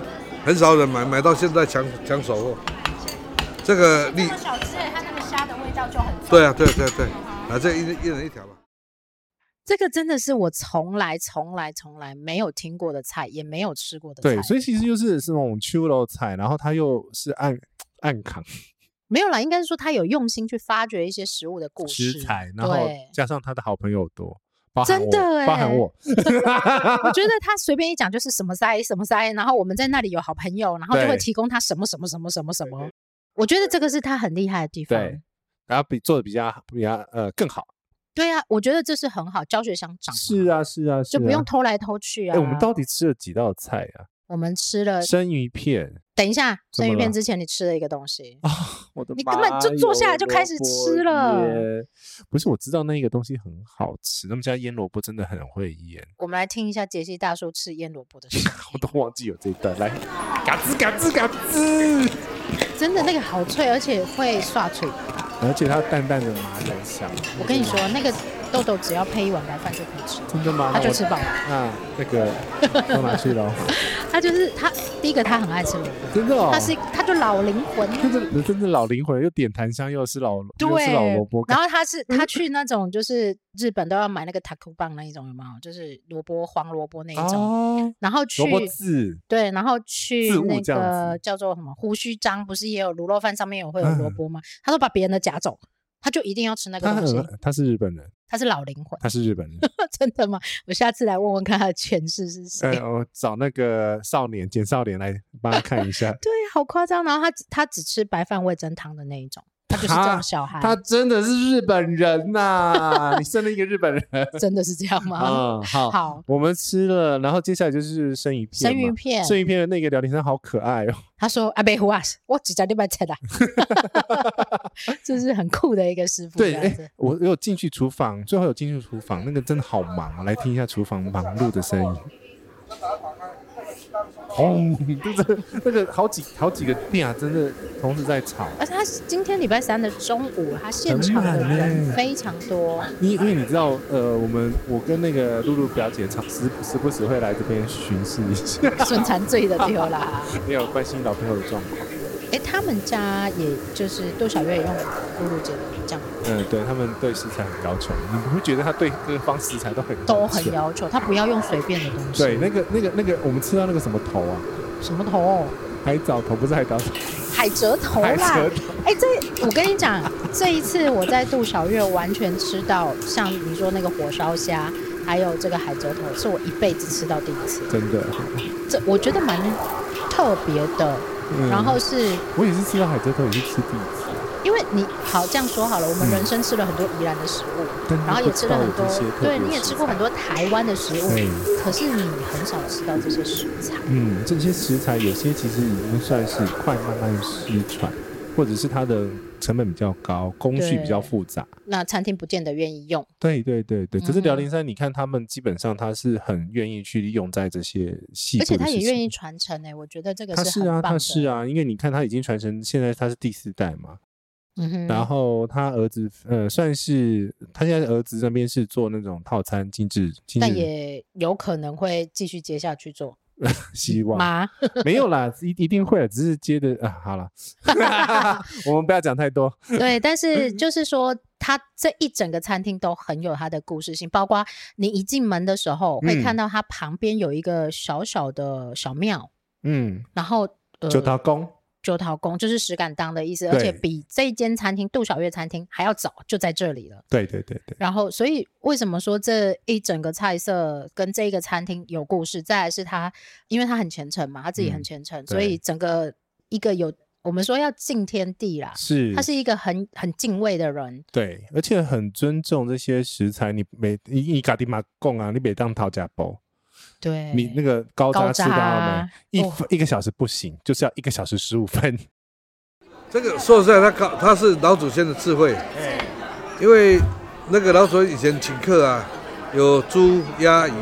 Speaker 4: 很少人买，买到现在抢抢手货。这个
Speaker 7: 这
Speaker 4: 利
Speaker 7: 么，小只哎、它那个虾的味道就很重。
Speaker 4: 对啊，对对对，啊，这一人一人一条吧。
Speaker 2: 这个真的是我从来从来从来没有听过的菜，也没有吃过的菜。
Speaker 3: 对，所以其实就是是那种秋楼菜，然后它又是暗暗扛
Speaker 2: 没有啦，应该是说他有用心去发掘一些食物的故事。
Speaker 3: 食材，然后
Speaker 2: 对
Speaker 3: 加上他的好朋友多，包含
Speaker 2: 真
Speaker 3: 我
Speaker 2: 的
Speaker 3: 包含
Speaker 2: 欸
Speaker 3: 我，
Speaker 2: 我觉得他随便一讲就是什么塞什么塞，然后我们在那里有好朋友，然后就会
Speaker 3: 对
Speaker 2: 提供他什么什么什么什么什么。我觉得这个是他很厉害的地方。
Speaker 3: 对，然后比做的比较比较呃更好。
Speaker 2: 对啊，我觉得这是很好，教学相长。
Speaker 3: 是，啊，是啊，
Speaker 2: 就是不用
Speaker 3: 啊。
Speaker 2: 偷来偷去啊。呃
Speaker 3: 哎，我们到底吃了几道菜啊？
Speaker 2: 我们吃了，
Speaker 3: 生鱼片
Speaker 2: 等一下，
Speaker 3: 怎
Speaker 2: 生鱼
Speaker 3: 么
Speaker 2: 片
Speaker 3: 了
Speaker 2: 之前你吃了一个东西，
Speaker 3: 啊！我的
Speaker 2: 你根本就
Speaker 3: 妈
Speaker 2: 坐下来
Speaker 3: 哟
Speaker 2: 就开始
Speaker 3: 萝
Speaker 2: 吃
Speaker 3: 卜
Speaker 2: 了
Speaker 3: 耶。不是，我知道那个东西很好吃，他们家腌萝卜真的很会腌。 *laughs*
Speaker 2: 我们来听一下杰西大叔吃腌萝卜的事。
Speaker 3: 我都忘记有这一段，来，嘎吱嘎吱嘎吱。
Speaker 2: *laughs* 真的那个好脆，而且会刷脆。
Speaker 3: 而且它淡淡的麻仁香。
Speaker 2: 我跟你说，那个豆豆只要配一碗白饭就可以吃，
Speaker 3: 真的吗？
Speaker 2: 他
Speaker 3: 那
Speaker 2: 就
Speaker 3: 我
Speaker 2: 吃饱了。
Speaker 3: 那那个都拿去了。
Speaker 2: 他就是他第一个他很爱吃萝卜，
Speaker 3: 真的哦，
Speaker 2: *laughs* 他是他就老灵魂。
Speaker 3: 真的真的老灵魂，又点檀香，又是老又是老
Speaker 2: 对
Speaker 3: 萝卜，干。
Speaker 2: 然后他是他去那种就是日本都要买那个 taco 棒那一种有没有？就是萝卜黄萝卜那一种，
Speaker 3: 哦，
Speaker 2: 然后去
Speaker 3: 萝卜籽，
Speaker 2: 对，然后去
Speaker 3: 自物
Speaker 2: 那
Speaker 3: 这样
Speaker 2: 个
Speaker 3: 子
Speaker 2: 叫做什么胡须章，不是也有卤肉饭上面有会有萝卜吗？他说把别人的夹走，他就一定要吃那个
Speaker 3: 嗯他
Speaker 2: 东西。
Speaker 3: 很他是日本人，
Speaker 2: 他是老灵魂， *laughs*
Speaker 3: 他是日本人。
Speaker 2: 真的吗？我下次来问问看他的前世是谁。，
Speaker 3: 呃，我找那个少年简少年来帮他看一下
Speaker 2: *laughs* 对，好夸张。然后他只他只吃白饭味增汤的那一种，他就是这种小孩。
Speaker 3: 他真的是日本人呐！你生了一个日本人
Speaker 2: 真的是这样吗？
Speaker 3: 嗯，好。
Speaker 2: *laughs* 好，
Speaker 3: 我们吃了，然后接下来就是生鱼片嘛。
Speaker 2: 生鱼片
Speaker 3: 生鱼片的那个聊天声好可爱哦。
Speaker 2: 他说阿贝胡啊，我只在那边
Speaker 3: *laughs*
Speaker 2: 吃啦，就是很酷的一个师傅。
Speaker 3: 对，
Speaker 2: 哎、
Speaker 3: 哎、我有进去厨房，最后有进去厨房，那个真的好忙啊！来听一下厨房忙碌的声音。 *laughs* 轰！就是那个好几好几个店啊，真的同时在吵。
Speaker 2: 而且他今天礼拜三的中午，他现场的
Speaker 3: 很满
Speaker 2: 人
Speaker 3: 欸
Speaker 2: 非常多。
Speaker 3: 因因为你知道，呃，我们我跟那个露露表姐常时时不时会来这边巡视一下， *laughs*
Speaker 2: 损残罪的丢 *laughs* 啦。
Speaker 3: 也有关心老朋友的状况。
Speaker 2: 哎、他们家也就是杜小月也用咕噜姐的酱
Speaker 3: 嗯、对他们对食材很要求，你会觉得他对各方食材都很
Speaker 2: 都很要求，他不要用随便的东西。
Speaker 3: 对，那个那个那个，我们吃到那个什么头啊，
Speaker 2: 什么头、
Speaker 3: 海藻头不是海藻头，
Speaker 2: 海海蜇头
Speaker 3: 海
Speaker 2: 啦
Speaker 3: 蜇头。
Speaker 2: 哎、这我跟你讲，这一次我在杜小月完全吃到像你说那个火烧虾，还有这个海蜇头，是我一辈子吃到第一次。
Speaker 3: 真的。
Speaker 2: 这我觉得蛮特别的。
Speaker 3: 嗯
Speaker 2: 然后是
Speaker 3: 我也是吃到海蜇头，也是吃第一次，
Speaker 2: 因为你好这样说好了，我们
Speaker 3: 嗯
Speaker 2: 人生吃了很多宜兰的食物，
Speaker 3: 但是
Speaker 2: 然后也
Speaker 3: 不知
Speaker 2: 吃
Speaker 3: 道
Speaker 2: 了很
Speaker 3: 有
Speaker 2: 多
Speaker 3: 这些特，别
Speaker 2: 对，你也吃过很多台湾的食物
Speaker 3: 对，
Speaker 2: 可是你很少吃到这些食材。
Speaker 3: 嗯，这些食材有些其实已经算是快慢慢失传，或者是它的成本比较高，工序比较
Speaker 2: 对
Speaker 3: 复杂。
Speaker 2: 那餐厅不见得愿意用，
Speaker 3: 对对对对，可是辽
Speaker 2: 嗯
Speaker 3: 宁山，你看他们基本上他是很愿意去用在这些细
Speaker 2: 而且
Speaker 3: 部的
Speaker 2: 他
Speaker 3: 事
Speaker 2: 也愿意
Speaker 3: 情。
Speaker 2: 传承哎、我觉得这个
Speaker 3: 他
Speaker 2: 是
Speaker 3: 是
Speaker 2: 很
Speaker 3: 啊，
Speaker 2: 棒
Speaker 3: 他
Speaker 2: 的。
Speaker 3: 是啊，因为你看他已经传承，现在他是第四代嘛，
Speaker 2: 嗯哼，
Speaker 3: 然后他儿子呃算是他现在儿子那边是做那种套餐精致精
Speaker 2: 但
Speaker 3: 致，
Speaker 2: 也有可能会继续接下去做
Speaker 3: 希望
Speaker 2: 吗？ *laughs*
Speaker 3: 没有啦，一一定会啦，只是接的啊，好了， *laughs* 我们不要讲太多。
Speaker 2: 对，但是
Speaker 3: 嗯
Speaker 2: 就是说，它这一整个餐厅都很有它的故事性，包括你一进门的时候会看到它旁边有一个小小的小庙，
Speaker 3: 嗯，
Speaker 2: 然后呃，
Speaker 3: 九桃宫，
Speaker 2: 九桃宫就是石敢当的意思，而且
Speaker 3: 对
Speaker 2: 比这一间餐厅杜小月餐厅还要早，就在这里了。
Speaker 3: 对对对对，
Speaker 2: 然后，所以为什么说这一整个菜色跟这一个餐厅有故事？再来是他，因为他很虔诚嘛，他自己很
Speaker 3: 嗯
Speaker 2: 虔诚，
Speaker 3: 对
Speaker 2: 所以整个一个有我们说要敬天地啦，
Speaker 3: 是
Speaker 2: 他是一个很很敬畏的人，
Speaker 3: 对，而且很尊重这些食材。你每你你嘎地马贡啊，你别当讨价包，
Speaker 2: 对，
Speaker 3: 你那个高
Speaker 2: 高
Speaker 3: 渣吃到了
Speaker 2: 渣
Speaker 3: 没？一
Speaker 2: 哦
Speaker 3: 分一个小时不行，就是要一个小时十五分。 *laughs*
Speaker 4: 这个说实在，他搞他是老祖先的智慧，因为那个老祖先以前请客啊，有猪、鸭、鱼、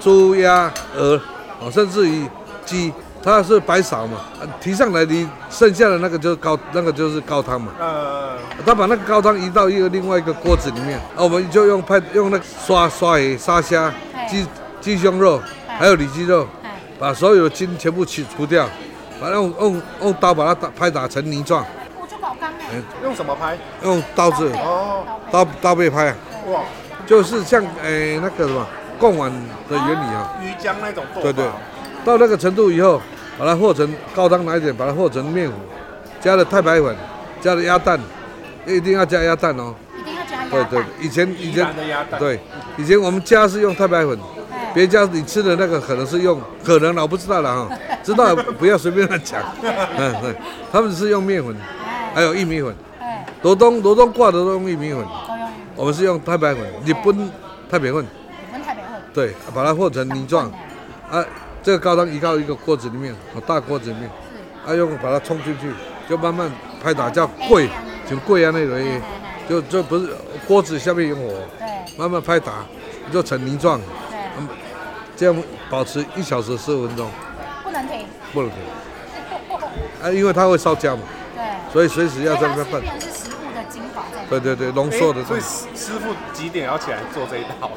Speaker 4: 猪、鸭、鹅，哦，甚至于鸡，他是白勺嘛，啊提上来你剩下的那个就是高，那个就是高汤嘛。
Speaker 5: 呃，
Speaker 4: 他把那个高汤移到一个另外一个锅子里面，啊，我们就用派用那个刷刷鱼、沙虾、鸡鸡胸肉，还有里脊肉，把所有的筋全部去除掉，把它用用用刀把它打拍打成泥状，
Speaker 7: 我就搞刚哎，
Speaker 5: 用什么拍？
Speaker 4: 用刀子
Speaker 5: 哦，
Speaker 4: 刀刀背拍，啊，
Speaker 5: 哇，
Speaker 4: 就是像诶、那个什么贡丸的原理啊，
Speaker 5: 鱼浆那种做法。
Speaker 4: 对对，到那个程度以后，把它和成高汤来一点，把它和成面糊，加了太白粉，加了鸭蛋，一定要加鸭蛋哦。
Speaker 7: 一定要加鸭
Speaker 4: 对
Speaker 7: 蛋，
Speaker 4: 对，以前以
Speaker 5: 宜
Speaker 4: 前
Speaker 5: 兰的鸭蛋。
Speaker 4: 对，以前我们家是用太白粉，
Speaker 7: 哎
Speaker 4: 别家你吃的那个可能是用，可能啦，我不知道了哈，知道不要随便乱
Speaker 5: *laughs*
Speaker 4: 讲。嗯，对，他们是用面粉，还有玉米粉，
Speaker 7: 哎，
Speaker 4: 罗东罗东挂的都用玉米粉，
Speaker 7: 都用
Speaker 4: 我们是用太白粉，日本太白粉，
Speaker 7: 我们台北会
Speaker 4: 对，把它和成泥
Speaker 5: 哦
Speaker 4: 状，啊，这个高汤移到一个锅子里面，好大锅子里面，
Speaker 5: 嗯
Speaker 4: 啊，用把它冲进去，就慢慢拍打叫
Speaker 5: 哎
Speaker 4: 跪，就跪啊那个，就就不是锅子下面有火。
Speaker 7: 对
Speaker 4: 慢慢拍打，就成泥状，
Speaker 7: 对，
Speaker 4: 这样保持一小时十五分钟，
Speaker 7: 不能停，
Speaker 4: 不能停。啊，因为它会烧焦嘛，
Speaker 7: 对。
Speaker 4: 所以随时要在那
Speaker 7: 所
Speaker 4: 边
Speaker 7: 以它是变
Speaker 4: 拌。
Speaker 7: 成是食物的精华在里面。
Speaker 4: 对对对，浓
Speaker 5: 哎
Speaker 4: 缩的东
Speaker 5: 所以
Speaker 4: 西。
Speaker 5: 师师傅几点要起来做这一道？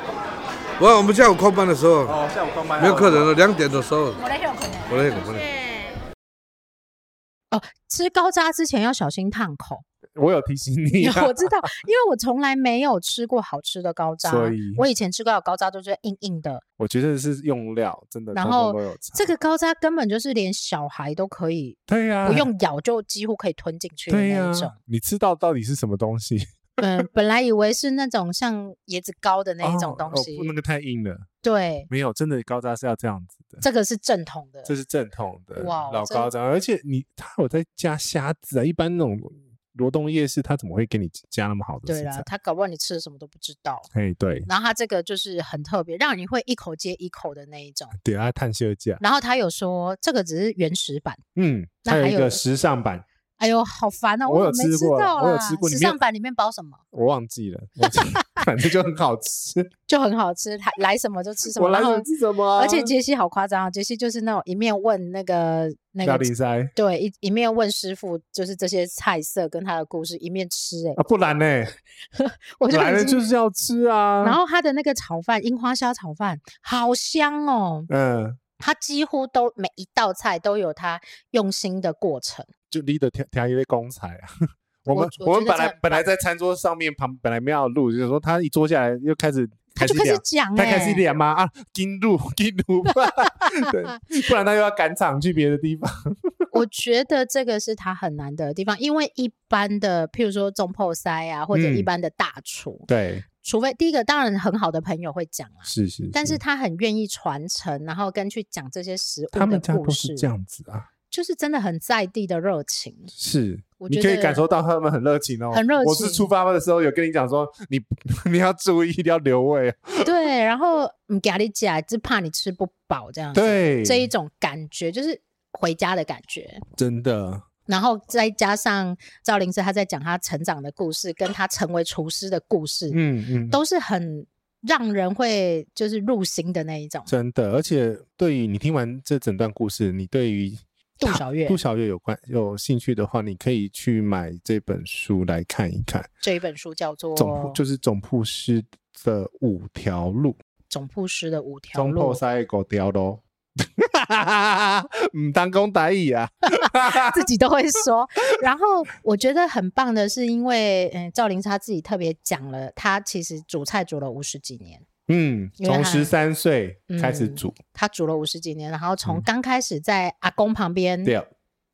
Speaker 4: 我我们下午空班的时候，
Speaker 5: 哦，下午上班
Speaker 4: 没有客人了，两点的时候，
Speaker 7: 我的有可能。
Speaker 4: 我那个不
Speaker 5: 哎
Speaker 4: 能。
Speaker 2: 哦，吃高渣之前要小心
Speaker 3: *laughs*
Speaker 2: 烫口。
Speaker 3: 我有提醒你、啊，
Speaker 2: 我知道，因为我从来没有吃过好吃的高渣，
Speaker 3: 所以
Speaker 2: 我以前吃过的高渣都是硬硬的，
Speaker 3: 我觉得是用料真的，
Speaker 2: 然
Speaker 3: 通通
Speaker 2: 后
Speaker 3: 都有差
Speaker 2: 这个高渣根本就是连小孩都可以
Speaker 3: 对呀、
Speaker 2: 不用咬就几乎可以吞进去
Speaker 3: 嗯
Speaker 2: 的
Speaker 3: 对呀、
Speaker 2: 那一种。
Speaker 3: 你吃到到底是什么东西？
Speaker 2: 嗯，本来以为是那种像椰子糕的那一种
Speaker 3: 哦
Speaker 2: 东
Speaker 3: 哦
Speaker 2: 西
Speaker 3: 不，那个太硬了，
Speaker 2: 对，
Speaker 3: 没有，真的高渣是要这样子的。
Speaker 2: 这个是正统的。
Speaker 3: 这是正统的
Speaker 2: 哇
Speaker 3: 老
Speaker 2: 真
Speaker 3: 高章，而且你他有在加虾子啊，一般那种罗东夜市他怎么会给你加那么好的
Speaker 2: 对
Speaker 3: 食
Speaker 2: 啦
Speaker 3: 材，？
Speaker 2: 他搞不好你吃了什么都不知道。
Speaker 3: 哎，对，
Speaker 2: 然后他这个就是很特别，让你会一口接一口的那一
Speaker 3: *laughs*
Speaker 2: 种。
Speaker 3: 对啊，探秀价，
Speaker 2: 然后他有说这个只是原始版，
Speaker 3: 嗯，
Speaker 2: 那
Speaker 3: 还有
Speaker 2: 还
Speaker 3: 一
Speaker 2: 有
Speaker 3: 个时尚版，
Speaker 2: 哎呦，好烦哦！
Speaker 3: 我有
Speaker 2: 怎么没
Speaker 3: 吃过
Speaker 2: 到
Speaker 3: 了我有
Speaker 2: 啦
Speaker 3: 吃过里
Speaker 2: 时
Speaker 3: 面
Speaker 2: 尚版里面包什么
Speaker 3: 我忘记了，我
Speaker 2: *laughs*
Speaker 3: 记反正就很好吃，
Speaker 2: 就很好吃，他来什么就吃什么。
Speaker 3: 我来
Speaker 2: 然后
Speaker 3: 想，吃什么啊？
Speaker 2: 而且杰西好夸张啊！杰西就是那种一面问那个那
Speaker 3: 料
Speaker 2: 个
Speaker 3: 理塞啊
Speaker 2: 对一一面问师傅，就是这些菜色跟他的故事，一面吃、欸。
Speaker 3: 啊，不然呢？
Speaker 2: 我就
Speaker 3: 来了
Speaker 2: 已经。
Speaker 3: 就是要吃啊，
Speaker 2: 然后他的那个炒饭，樱花虾炒饭好香哦！
Speaker 3: 嗯，
Speaker 2: 他几乎都每一道菜都有他用心的过程。
Speaker 3: 就离得调调一位公才啊。 *laughs* 我们
Speaker 2: 我
Speaker 3: 我们
Speaker 2: 觉
Speaker 3: 本
Speaker 2: 得这
Speaker 3: 来
Speaker 2: 很
Speaker 3: 本来
Speaker 2: 棒
Speaker 3: 在餐桌上面旁本来没有录，就是说他一坐下来又开始
Speaker 2: 他就开始
Speaker 3: 聊
Speaker 2: 讲
Speaker 3: 他开
Speaker 2: 哎、
Speaker 3: 始脸嘛啊，金鹿金鹿吧， *laughs* 对，不然他又要赶场去别的地方。 *laughs*
Speaker 2: 我觉得这个是他很难的地方，因为一般的，譬如说中破塞啊，或者
Speaker 3: 嗯
Speaker 2: 一般的大厨，
Speaker 3: 对，
Speaker 2: 除非第一个当然很好的朋友会讲啊啦，
Speaker 3: 是是，
Speaker 2: 但是他很愿意传承，然后跟去讲这些食物
Speaker 3: 他
Speaker 2: 的
Speaker 3: 们家
Speaker 2: 故
Speaker 3: 都是
Speaker 2: 事，
Speaker 3: 这样子啊，
Speaker 2: 就是真的很在地的热情。
Speaker 3: 是，
Speaker 2: 我
Speaker 3: 你
Speaker 2: 觉
Speaker 3: 可以
Speaker 2: 得
Speaker 3: 感受到他们很热情哦，
Speaker 2: 很热
Speaker 3: 我是
Speaker 2: 情
Speaker 3: 出发的时候有跟你讲说，你 *laughs* 你要注意，一定要留胃，
Speaker 2: 啊对，然后嗯，咖喱甲就怕你吃不饱这样子，
Speaker 3: 对，
Speaker 2: 这一种感觉就是回家的感觉。
Speaker 3: 真的
Speaker 2: 然后再加上赵灵芝，他在讲他成长的故事，跟他成为厨师的故事，
Speaker 3: 嗯嗯，
Speaker 2: 都是很让人会就是入心的那一种。
Speaker 3: 真的，而且对于你听完这整段故事，你对于
Speaker 2: 杜
Speaker 3: 他
Speaker 2: 小月
Speaker 3: 杜小月有关有兴趣的话，你可以去买这本书来看一看。
Speaker 2: 这一本书叫做
Speaker 3: 总铺就是总铺师的五条路，
Speaker 2: 总铺师的五条
Speaker 3: 总铺
Speaker 2: 路》，
Speaker 3: 三个条路。 *laughs* 唔当讲台语啊， *laughs*
Speaker 2: 自己都会说。 *laughs* 然后我觉得很棒的是，因为嗯，赵灵芝他自己特别讲了，他其实煮菜煮了五十几年。
Speaker 3: 嗯，
Speaker 2: 因为
Speaker 3: 从
Speaker 2: 他
Speaker 3: 十三岁开始
Speaker 2: 嗯
Speaker 3: 煮，
Speaker 2: 他煮了五十几年，然后从
Speaker 3: 嗯
Speaker 2: 刚开始在阿公旁边
Speaker 3: 对啊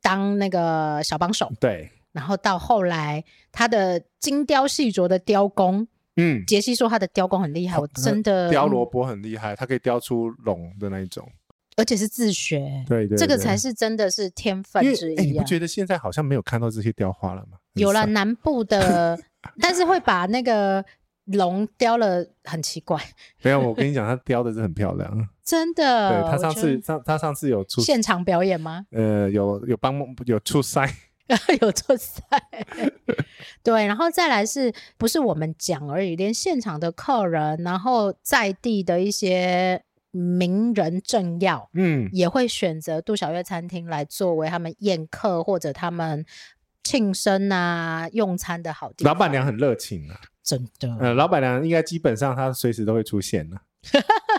Speaker 2: 当那个小帮手，
Speaker 3: 对，
Speaker 2: 然后到后来他的精雕细琢的雕工，
Speaker 3: 嗯，
Speaker 2: 杰西说他的雕工很厉害，我真的
Speaker 3: 呃
Speaker 2: 嗯
Speaker 3: 雕萝，卜很厉害，它可以雕出龙的那一种，
Speaker 2: 而且是自学，
Speaker 3: 对对，
Speaker 2: 这个
Speaker 3: 对
Speaker 2: 才是真的是天
Speaker 3: 因
Speaker 2: 分
Speaker 3: 为
Speaker 2: 之
Speaker 3: 哎你
Speaker 2: 一
Speaker 3: 不
Speaker 2: 啊！
Speaker 3: 觉得现在好像没有看到这些雕花了吗？很
Speaker 2: 有了
Speaker 3: *laughs* 少
Speaker 2: 南部的，但是会把那个龙雕了很奇怪，
Speaker 3: 没有，我跟你讲，他雕的是很漂
Speaker 2: *laughs*
Speaker 3: 亮。
Speaker 2: 真的。
Speaker 3: 对他
Speaker 2: 呃我
Speaker 3: 上
Speaker 2: 觉
Speaker 3: 次
Speaker 2: 得
Speaker 3: 上他上次有出
Speaker 2: 现场表演吗？ *laughs*
Speaker 3: 呃有有帮忙有出塞， *laughs*
Speaker 2: 有做菜，对，然后再来是不是我们讲而已，连现场的客人，然后在地的一些名人政要，
Speaker 3: 嗯，
Speaker 2: 也会选择杜小月餐厅来作为他们宴客或者他们庆生啊用餐的好地嗯方。
Speaker 3: 老板娘很热情啊，
Speaker 2: 真的，
Speaker 3: 呃，老板娘应该基本上她随时都会出现啊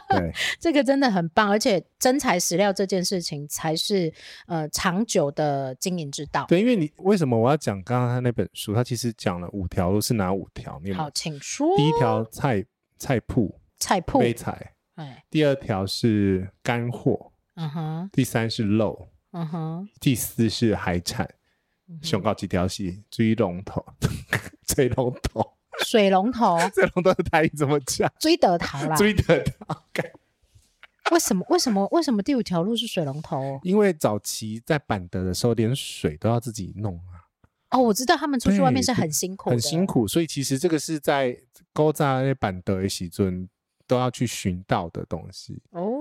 Speaker 3: 的、对，
Speaker 2: 这个真的很棒，而且真材实料这件事情才是呃长久的经营之道。
Speaker 3: 对，因为你为什么我要讲刚刚他那本书？他其实讲了五条路是哪五条？你有没
Speaker 2: 好，
Speaker 3: 有
Speaker 2: 请说
Speaker 3: 第一条菜菜铺
Speaker 2: 菜铺，
Speaker 3: 杯菜，
Speaker 2: 哎，
Speaker 3: 第二条是干货，
Speaker 2: 嗯哼，
Speaker 3: 第三是肉，
Speaker 2: 嗯哼，
Speaker 3: 第四是海产，
Speaker 2: 嗯哼
Speaker 3: 熊高几条是追龙头， *laughs* 追龙头，
Speaker 2: 水龙头。
Speaker 3: 追龙头的台语怎么讲？
Speaker 2: 追得逃啦！
Speaker 3: 追得到。
Speaker 2: 为什么？为什么？为什么第五条路是水龙头？哦
Speaker 3: 因为早期在板德的时候，连水都要自己弄啊，
Speaker 2: 哦，我知道他们出去外面是
Speaker 3: 对
Speaker 2: 很辛苦的，
Speaker 3: 很辛。苦。所以其实这个是在勾扎那板德的时尊都要去寻到的东西。
Speaker 2: 哦。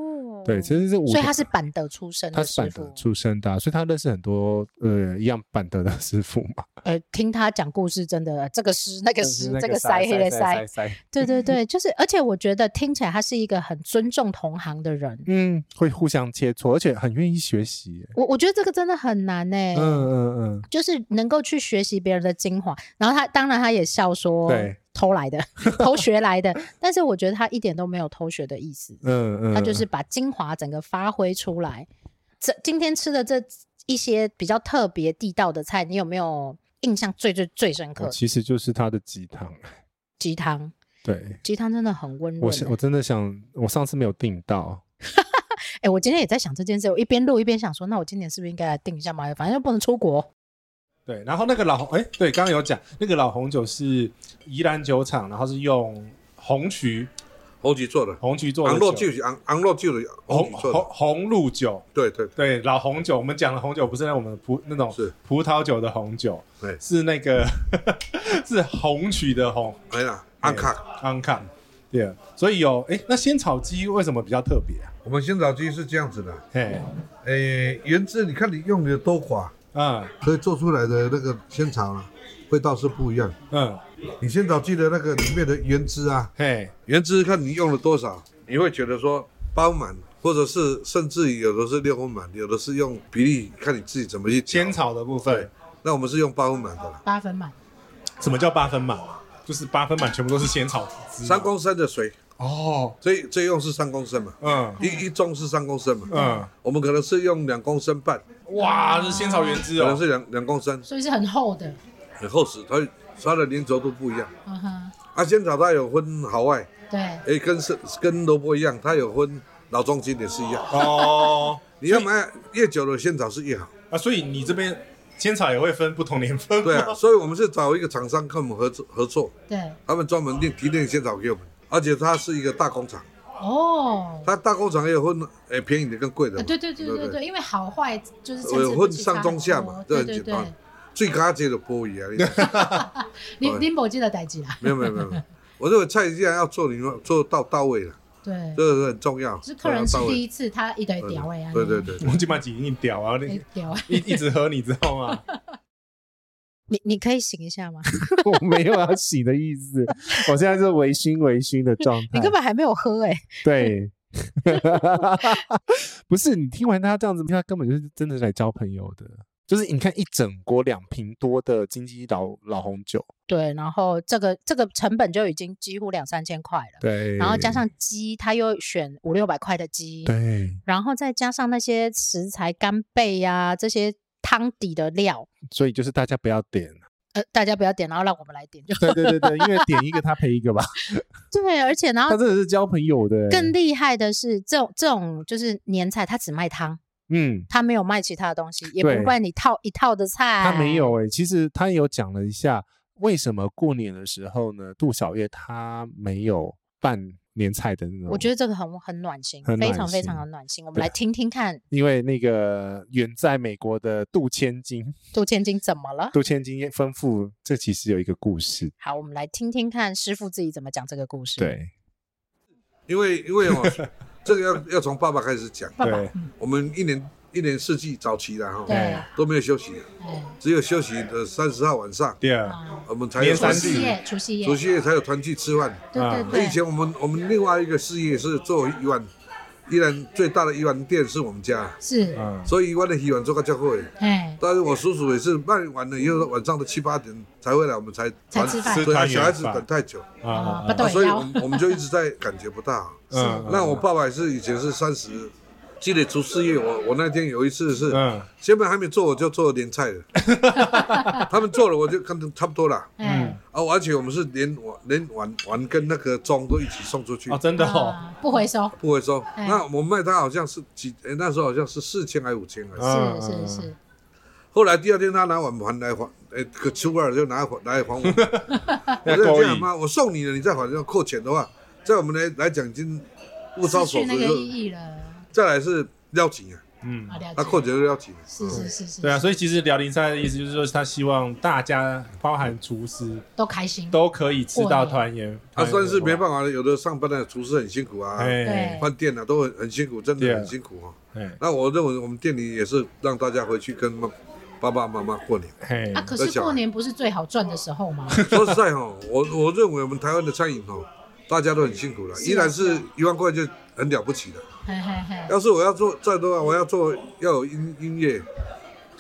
Speaker 3: 对，其实是五，
Speaker 2: 所以他是板德出身
Speaker 3: 他
Speaker 2: 的
Speaker 3: 是
Speaker 2: 师
Speaker 3: 板
Speaker 2: 傅
Speaker 3: 德。出身的啊、所以他认识很多呃一样板德的师傅嘛。
Speaker 2: 呃，听他讲故事，真的这个师那个师，这个
Speaker 3: 塞
Speaker 2: 塞黑的
Speaker 3: 塞
Speaker 2: 塞，
Speaker 3: 塞，
Speaker 2: 对
Speaker 3: *laughs*
Speaker 2: 对对，就是，而且我觉得听起来他是一个很尊重同行的人。
Speaker 3: 嗯，会互相切磋，而且很愿意学习耶。
Speaker 2: 我我觉得这个真的很难欸
Speaker 3: 嗯
Speaker 2: 呢、
Speaker 3: 嗯嗯，
Speaker 2: 就是能够去学习别人的精华。然后他当然他也笑说，
Speaker 3: 对，
Speaker 2: 偷来的， *laughs* 偷学
Speaker 3: *laughs*
Speaker 2: 来的。但是我觉得他一点都没有偷学的意思。
Speaker 3: 嗯嗯，
Speaker 2: 他就是把精华整个发挥出来。这今天吃的这一些比较特别地道的菜，你有没有印象最最最深刻
Speaker 3: 哦？其实就是他的鸡汤。
Speaker 2: 鸡汤，
Speaker 3: 对，
Speaker 2: 鸡汤真的很温
Speaker 3: 我
Speaker 2: 润、
Speaker 3: 是
Speaker 2: 欸。
Speaker 3: 我真的想，我上次没有订到，
Speaker 2: 哎、我今天也在想这件事，我一边录一边想说，那我今年是不是应该来定一下嘛？反正又不能出国。
Speaker 3: 对，然后那个老红，哎，对，刚刚有讲那个老红酒是宜兰酒厂，然后是用红曲
Speaker 4: 红曲做的，
Speaker 3: 红曲做
Speaker 4: 昂
Speaker 3: 的
Speaker 4: 肉
Speaker 3: 酒
Speaker 4: 酒，是昂昂肉酒的红
Speaker 3: 红
Speaker 4: 曲
Speaker 3: 红
Speaker 4: 做的，
Speaker 3: 红露酒，
Speaker 4: 对对对，
Speaker 3: 对，老红酒。我们讲的红酒不是那我们葡那种
Speaker 4: 是
Speaker 3: 葡萄酒的红酒，
Speaker 4: 对
Speaker 3: 是那个 *laughs* 是红曲的红
Speaker 4: 哎呀，昂卡。
Speaker 3: 安康，对，所以有哎，那鲜草鸡为什么比较特别啊？
Speaker 4: 我们鲜草鸡是这样子的，
Speaker 3: 嘿，
Speaker 4: 诶，原汁你看你用的有多寡，
Speaker 3: 嗯
Speaker 4: 所以做出来的那个鲜草啊，味道是不一样。
Speaker 3: 嗯，
Speaker 4: 你鲜草鸡的那个里面的原汁啊，
Speaker 3: 嘿，
Speaker 4: 原汁看你用了多少，你会觉得说包满，或者是甚至于有的是六分满，有的是用比例，看你自己怎么去调
Speaker 3: 鲜。草的部分，
Speaker 4: 那我们是用八分满的啦，
Speaker 6: 八分满，
Speaker 3: 什么叫八分满？
Speaker 5: 啊
Speaker 3: 就是八分满全部都是鲜草汁嘛
Speaker 4: 嗯三公升的水，
Speaker 3: 哦，
Speaker 4: 所以最用是三公升嘛，
Speaker 3: 嗯
Speaker 4: 一一盅是三公升嘛，
Speaker 3: 嗯，
Speaker 4: 我们可能是用两公升半，
Speaker 3: 哇，这是鲜草原汁
Speaker 4: 可能
Speaker 3: 哦，
Speaker 4: 是两两公升，
Speaker 6: 所以是很厚的，
Speaker 4: 很厚实，它它的粘稠度不一样。
Speaker 6: 嗯哼，
Speaker 4: 啊，仙草它有分好坏，
Speaker 3: 啊
Speaker 6: 对，
Speaker 4: 哎，跟是跟萝卜一样，它有分老中青也是一样。
Speaker 5: 哦，
Speaker 4: 你要买越久的仙草是越好，
Speaker 5: 啊，所以你这边仙草也会分不同年份吗，
Speaker 4: 对
Speaker 3: 哦
Speaker 4: 啊，所以我们是找一个厂商跟我们合作合作，
Speaker 6: 对，
Speaker 4: 他们专门炼提炼仙草给我们，而且它是一个大工厂，
Speaker 6: 哦，
Speaker 4: 它大工厂也有分诶、便宜的跟贵的
Speaker 6: 啊
Speaker 4: 嘛，
Speaker 6: 对对对
Speaker 4: 对
Speaker 6: 对
Speaker 4: 不
Speaker 6: 对，因为好坏就是
Speaker 4: 我有分上中下嘛
Speaker 6: 对
Speaker 4: 这
Speaker 6: 哦对
Speaker 4: 很简，
Speaker 6: 对
Speaker 4: 单最高级的不
Speaker 6: *laughs*
Speaker 4: 一样。你
Speaker 6: 林林某记的代志啦，
Speaker 4: 没有没有没有，没有我认为菜既然要做，你要做到到位了，
Speaker 6: 对
Speaker 4: 这，个是很重要。啊
Speaker 6: 就是客人吃
Speaker 4: 做到
Speaker 6: 第
Speaker 4: 位
Speaker 6: 一次，他一堆屌
Speaker 3: 嗯
Speaker 6: 哎，
Speaker 4: 对对对，对
Speaker 5: 我们今晚几一屌啊，
Speaker 6: 哎
Speaker 2: 嗯
Speaker 5: 你
Speaker 6: 屌哎，
Speaker 5: 一一直喝，你知
Speaker 2: *laughs*
Speaker 5: 道吗？
Speaker 2: 你你可以醒一
Speaker 3: *laughs*
Speaker 2: 下吗？
Speaker 3: 我没有要洗的意思，我现在是微醺微醺的状态。
Speaker 2: 你根本还没有喝哎、
Speaker 3: 对， *laughs* 不是你听完他这样子，他根本就是真的是来交朋友的。就是你看一整锅两瓶多的金鸡老老红酒，
Speaker 2: 对，然后这个这个成本就已经几乎两三千块了，
Speaker 3: 对，
Speaker 2: 然后加上鸡，他又选五六百块的鸡，
Speaker 3: 对，
Speaker 2: 然后再加上那些食材干贝呀、这些汤底的料，
Speaker 3: 所以就是大家不要点，
Speaker 2: 呃，大家不要点，然后让我们来点就
Speaker 3: *laughs* 对对对对，因为点一个他赔一个吧，
Speaker 2: *laughs* 对，而且然
Speaker 3: 他 *laughs*
Speaker 2: 后
Speaker 3: 真的是交朋友的，
Speaker 2: 哦
Speaker 3: 欸
Speaker 2: 更厉害的是，这种这种就是年菜，他只卖汤，
Speaker 3: 嗯，
Speaker 2: 他没有卖其他的东西，也
Speaker 3: 对
Speaker 2: 不怪你套一套的菜，
Speaker 3: 他没有哎、其实他有讲了一下为什么过年的时候呢，杜小月她没有办年菜的那种，
Speaker 2: 我觉得这个很很暖心，
Speaker 3: 很
Speaker 2: 非
Speaker 3: 暖
Speaker 2: 常非常
Speaker 3: 心
Speaker 2: 的暖心。我们
Speaker 3: 对
Speaker 2: 来听听看
Speaker 3: 因为那个远在美国的杜千金，
Speaker 2: 杜千金怎么了。
Speaker 3: 杜千金也吩咐，这其实有一个故事。
Speaker 2: 好，我们来听听看师傅自己怎么讲这个故事。，
Speaker 3: 对，
Speaker 4: 因为因为哦， *laughs* 这个要要从爸爸开始讲。
Speaker 6: 爸爸
Speaker 3: 对，
Speaker 4: 我们一年一年四季早期的哈，
Speaker 6: 对
Speaker 4: 都没有休息，啊只有休息的三十号晚上，
Speaker 5: 第
Speaker 2: 嗯
Speaker 5: 二，
Speaker 4: 我们才有
Speaker 5: 年
Speaker 6: 除
Speaker 5: 三
Speaker 4: 团
Speaker 5: 十
Speaker 6: 夕
Speaker 4: 聚，
Speaker 6: 夜，除夕夜，
Speaker 4: 除夕夜才有团聚吃饭。
Speaker 6: 对对
Speaker 5: 啊
Speaker 4: 那
Speaker 6: 对，
Speaker 4: 以前我们我们另外一个事业是做鱼丸，依然最大的鱼丸店是我们家，
Speaker 6: 是，
Speaker 5: 嗯，
Speaker 4: 所以鱼丸的鱼丸做个较贵。
Speaker 6: 哎，
Speaker 4: 但是我叔叔也是卖完了以后，晚上的七八点才会来，我们才
Speaker 6: 才吃
Speaker 4: 对
Speaker 6: 饭
Speaker 4: 啊
Speaker 5: 吃团圆
Speaker 4: 小孩子
Speaker 5: 饭
Speaker 4: 等太久，
Speaker 5: 啊啊
Speaker 6: 不
Speaker 5: 啊
Speaker 6: 对
Speaker 4: 啊所以
Speaker 6: 腰
Speaker 4: 我们我们就一直在感觉不到。
Speaker 5: 嗯，
Speaker 4: 那我爸爸也是以前是三十，积累出事业。我我那天有一次是，
Speaker 5: 嗯
Speaker 4: 前面还没做我就做年
Speaker 6: *laughs*
Speaker 4: 菜了，他们做了我就看得差不多了。
Speaker 6: 哎，
Speaker 4: 啊，而且我们是连碗连碗碗跟那个盅都一起送出去
Speaker 5: 哦，，真的
Speaker 2: 嗯
Speaker 5: 哦，
Speaker 6: 啊不回收，
Speaker 4: 不回收。
Speaker 6: 哎
Speaker 4: 那我们卖它好像是几，诶那时候好像是四千还是五千啊。
Speaker 5: 嗯
Speaker 6: 是是是，
Speaker 4: 后来第二天他拿碗盘来还，哎，可初二就拿还来还
Speaker 5: *laughs*
Speaker 4: 我。我
Speaker 5: 要
Speaker 4: 就
Speaker 5: 勾
Speaker 4: 这样
Speaker 5: 引，
Speaker 4: 妈，我送你了，你再还要扣钱的话，在我们来来讲已经物超
Speaker 6: 失
Speaker 4: 所
Speaker 6: 去
Speaker 4: 值
Speaker 6: 那个意
Speaker 4: 了。
Speaker 6: 义了，
Speaker 4: 再来是撩情啊，
Speaker 5: 嗯
Speaker 6: 啊，，了
Speaker 4: 他扣
Speaker 6: 解，
Speaker 4: 钱就撩情。
Speaker 6: 是是是是，
Speaker 5: 对啊，所以其实辽宁菜的意思就是说，他希望大家，包含厨师，
Speaker 6: 都开心，
Speaker 5: 都可以吃到团圆。
Speaker 4: 啊，但是没
Speaker 5: 法，
Speaker 4: 办法，有的上班的厨师很辛苦啊，
Speaker 5: 哎
Speaker 6: 对
Speaker 4: 饭店啊都很很辛苦，真
Speaker 5: 对
Speaker 4: 的
Speaker 5: 啊
Speaker 4: 很辛苦哦。
Speaker 5: 哎
Speaker 4: 那我认为我们店里也是让大家回去跟妈爸爸妈妈过年。
Speaker 5: 哎
Speaker 6: 啊，，可是过年不是最好赚的时候吗？
Speaker 4: 说实在哦，我我认为我们台湾的餐饮哦，大家都很辛苦了，依然是一万块就很了不起的。
Speaker 6: 啊嘿嘿嘿，
Speaker 4: 要是我要做再多啊，我要做要有音音
Speaker 6: *laughs*
Speaker 4: 乐，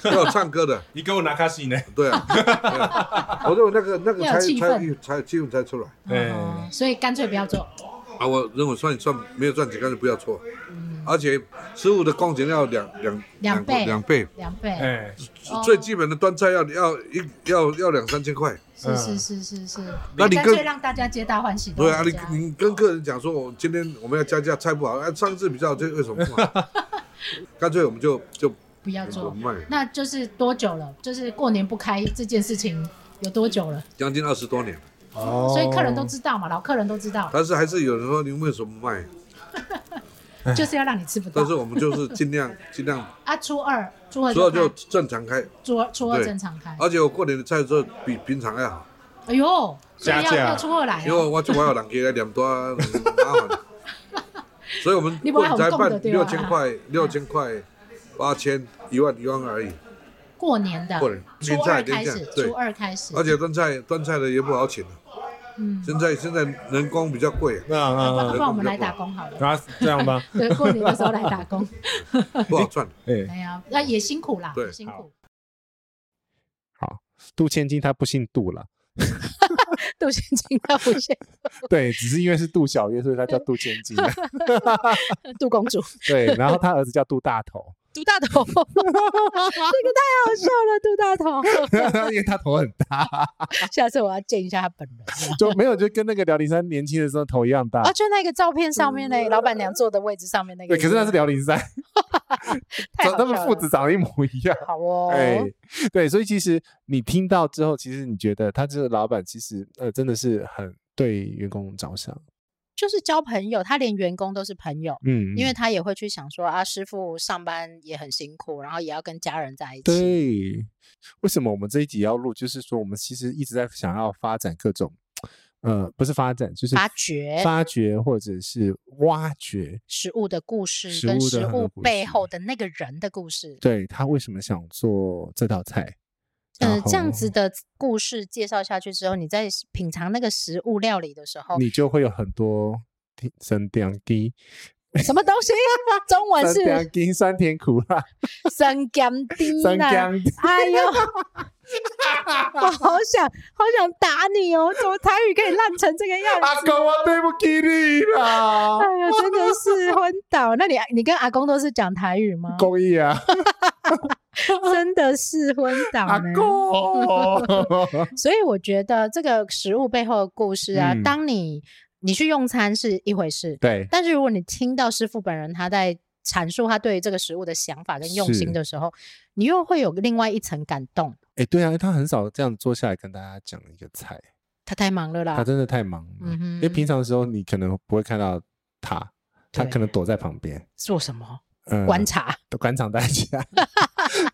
Speaker 4: 要有唱歌的，
Speaker 5: 你给我拿卡西呢？
Speaker 4: 对啊，对啊我认为那个那个
Speaker 6: 要有
Speaker 4: 才
Speaker 6: 气
Speaker 4: 才
Speaker 6: 氛
Speaker 4: 才气氛才出来
Speaker 5: 哎，
Speaker 2: 嗯
Speaker 6: 哦所以干脆不要做，
Speaker 4: 啊。我认为算算没有赚钱，干脆不要做，啊而且食物的工钱要两两
Speaker 6: 两倍
Speaker 4: 两倍，
Speaker 6: 两倍，
Speaker 5: 哎，
Speaker 6: 哦
Speaker 4: 最基本的端菜要要一要要两三千块。
Speaker 6: 是是是是是，
Speaker 4: 那你
Speaker 6: 干
Speaker 4: 更
Speaker 6: 脆让大家皆大欢喜都
Speaker 4: 对啊，
Speaker 6: 回家，
Speaker 4: 你你跟客人讲说，我今天我们要加价，菜不好，哎、上次比较好，这为什么 *laughs* 不好？干脆我们就就
Speaker 6: 不要
Speaker 4: 我
Speaker 6: 做
Speaker 4: 们，卖，
Speaker 6: 那就是多久了？就是过年不开这件事情有多久了？
Speaker 4: 将近二十多年，
Speaker 5: 哦
Speaker 6: 所以客人都知道嘛，老客人都知道，
Speaker 4: 但是还是有人说你为什么卖？
Speaker 6: 就是要让你吃不到
Speaker 4: 哎但是。我们就是尽量 *laughs* 尽量，
Speaker 6: 啊，初二、初二
Speaker 4: 主要就
Speaker 6: 开
Speaker 4: 正常开，
Speaker 6: 初二初二
Speaker 4: 对啊
Speaker 6: 正常开。
Speaker 4: 而且我过年的菜做比平常还好，
Speaker 6: 哎呦，所以
Speaker 5: 加
Speaker 6: 要
Speaker 5: 价
Speaker 6: 要初二来
Speaker 4: 因为
Speaker 6: 哦，
Speaker 4: 我就我有两个两多啊嗯麻烦， *laughs* 所以我们
Speaker 6: 你不
Speaker 4: 过
Speaker 6: 会
Speaker 4: 年
Speaker 6: 很
Speaker 4: 才
Speaker 6: 供的
Speaker 4: 办
Speaker 6: 对吧
Speaker 4: 六千块、六千块、八千、一万、一万而已，
Speaker 6: 过年的
Speaker 4: 过年
Speaker 6: 初
Speaker 4: 年菜
Speaker 6: 二开
Speaker 4: 年
Speaker 6: 始
Speaker 4: 菜，对
Speaker 6: 初二开始，
Speaker 4: 而且端菜端菜的也不好请了，
Speaker 6: 嗯，
Speaker 4: 现在现在人工比较贵、啊。
Speaker 5: 那啊
Speaker 6: 那不
Speaker 5: 啊，
Speaker 6: 然我
Speaker 4: 嗯
Speaker 6: 们来打工好了。
Speaker 5: 那这样吧，
Speaker 6: *laughs* 对，过年的时候来打工，
Speaker 4: 不好赚。
Speaker 5: 哎，
Speaker 6: 哎呀，那也辛苦啦，
Speaker 4: 对
Speaker 6: 也辛苦。
Speaker 3: 杜千金她不姓杜了，
Speaker 2: 杜千金她不是
Speaker 3: 对，只是因为是杜
Speaker 2: *laughs*
Speaker 3: 小月，所以她叫杜千金。啊
Speaker 2: 杜公主， *laughs*
Speaker 3: 对，然后她儿子叫杜大头，
Speaker 2: 独大头，这个太好笑了，独大头。
Speaker 3: *laughs* 因为他头很大，
Speaker 2: 下次我要见一下他本
Speaker 6: *laughs*
Speaker 2: 人。
Speaker 3: 就没有就跟那个辽宁山年轻的时候头一样大
Speaker 2: 啊，。就那个照片上面那老板娘坐的位置上面那个，
Speaker 3: 对，可是那是辽宁山，
Speaker 2: 太
Speaker 3: 他
Speaker 2: 好笑
Speaker 3: 们
Speaker 2: 了
Speaker 3: 父子长得一模一样。
Speaker 2: 好哦。
Speaker 3: 哎，对，所以其实你听到之后，其实你觉得他这个老板其实呃真的是很对员工着想，
Speaker 2: 就是交朋友，他连员工都是朋友，
Speaker 3: 嗯，
Speaker 2: 因为
Speaker 3: 嗯
Speaker 2: 他也会去想说啊，师傅上班也很辛苦，然后也要跟家人在一起。
Speaker 3: 对，为什么我们这一集要录？就是说我们其实一直在想要发展各种，呃，不是发展，就是
Speaker 2: 发掘
Speaker 3: 发掘或者是挖掘，
Speaker 2: 食物的故事
Speaker 3: 食
Speaker 2: 跟
Speaker 3: 物的
Speaker 2: 食
Speaker 3: 很多
Speaker 2: 物
Speaker 3: 故
Speaker 2: 背
Speaker 3: 事啊
Speaker 2: 后的那个人的故事，
Speaker 3: 对他为什么想做这道菜？
Speaker 2: 呃
Speaker 3: 然，
Speaker 2: 这样
Speaker 3: 后
Speaker 2: 子的故事介绍下去之后，你在品尝那个食物料理的时候，
Speaker 3: 你就会有很多甜酸甜低，
Speaker 2: 什么东西？中文
Speaker 3: 酸
Speaker 2: 是
Speaker 3: 甜低，酸甜苦啊辣，
Speaker 2: 三甘丁
Speaker 3: 酸
Speaker 2: 啊！
Speaker 3: 甜
Speaker 2: 哎呦，我好想好想打你哦！怎么台语可以烂成这个样
Speaker 3: 阿
Speaker 2: 子？
Speaker 3: 公，我对不起你啦，
Speaker 2: 哎呦，真的是昏倒！那你啊你跟阿公都是讲台语吗？
Speaker 3: 公益啊，
Speaker 2: 真的是昏倒
Speaker 3: 阿
Speaker 2: 呢。 *laughs*
Speaker 3: 公，
Speaker 2: 所以我觉得这个食物背后的故事啊，
Speaker 3: 嗯
Speaker 2: 当你你去用餐是一回事，
Speaker 3: 对，
Speaker 2: 但是如果你听到师傅本人他在阐述他对于这个食物的想法跟用心
Speaker 3: 是
Speaker 2: 的时候，你又会有另外一层感动。
Speaker 3: 哎，对啊，他很少这样坐下来跟大家讲一个菜，
Speaker 2: 他太忙了啦
Speaker 3: 他，真的太忙了，
Speaker 2: 啊嗯哼
Speaker 3: 因为平常的时候你可能不会看到他，他
Speaker 2: 对
Speaker 3: 可能躲在旁边，
Speaker 2: 做什么
Speaker 3: 嗯，
Speaker 2: 观察？
Speaker 3: 官场大家， *laughs*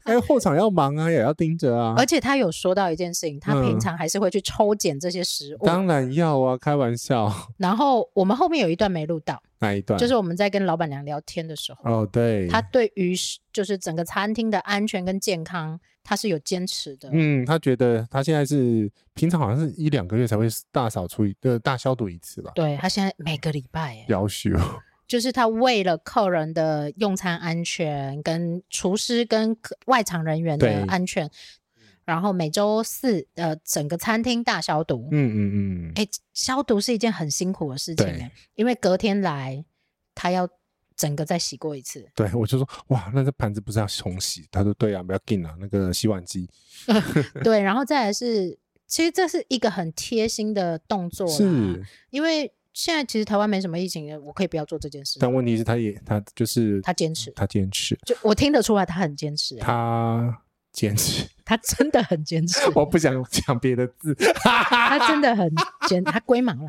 Speaker 3: 哎，后场要忙啊，也要盯着啊，
Speaker 2: 而且他有说到一件事情，他平
Speaker 3: 嗯
Speaker 2: 常还是会去抽检这些食物。
Speaker 3: 当然要啊，开玩笑
Speaker 2: 然后我们后面有一段没录到，
Speaker 3: 那一段
Speaker 2: 就是我们在跟老板娘聊天的时候，
Speaker 3: 哦，对，
Speaker 2: 他对于是就是整个餐厅的安全跟健康，他是有坚持的。
Speaker 3: 嗯，他觉得他现在是平常好像是一两个月才会大扫除一呃大消毒一次吧，
Speaker 2: 对他现在每个礼拜欸，
Speaker 3: 要求
Speaker 2: 就是他为了客人的用餐安全、跟厨师跟客外场人员的
Speaker 3: 对嗯
Speaker 2: 安全，然后每周四呃整个餐厅大消毒。
Speaker 3: 嗯嗯嗯，
Speaker 2: 哎、消毒是一件很辛苦的事情、
Speaker 3: 对
Speaker 2: 欸，因为隔天来他要整个再洗过一次。
Speaker 3: 对我就说哇，那这盘子不是要重洗？他说对啊，不要进啊，那个洗碗机
Speaker 2: 对，然后再来是，其实这是一个很贴心的动作啦，
Speaker 3: 是，
Speaker 2: 因为现在其实台湾没什么疫情，我可以不要做这件事。
Speaker 3: 但问题是他也他就是
Speaker 2: 嗯他坚持
Speaker 3: 他坚持
Speaker 2: 就我听得出来，他很坚持欸、
Speaker 3: 他坚持， *laughs*
Speaker 2: 他真的很坚 *laughs* 持。
Speaker 3: 我不想讲别的字，
Speaker 2: 他真的很简，他龟毛了。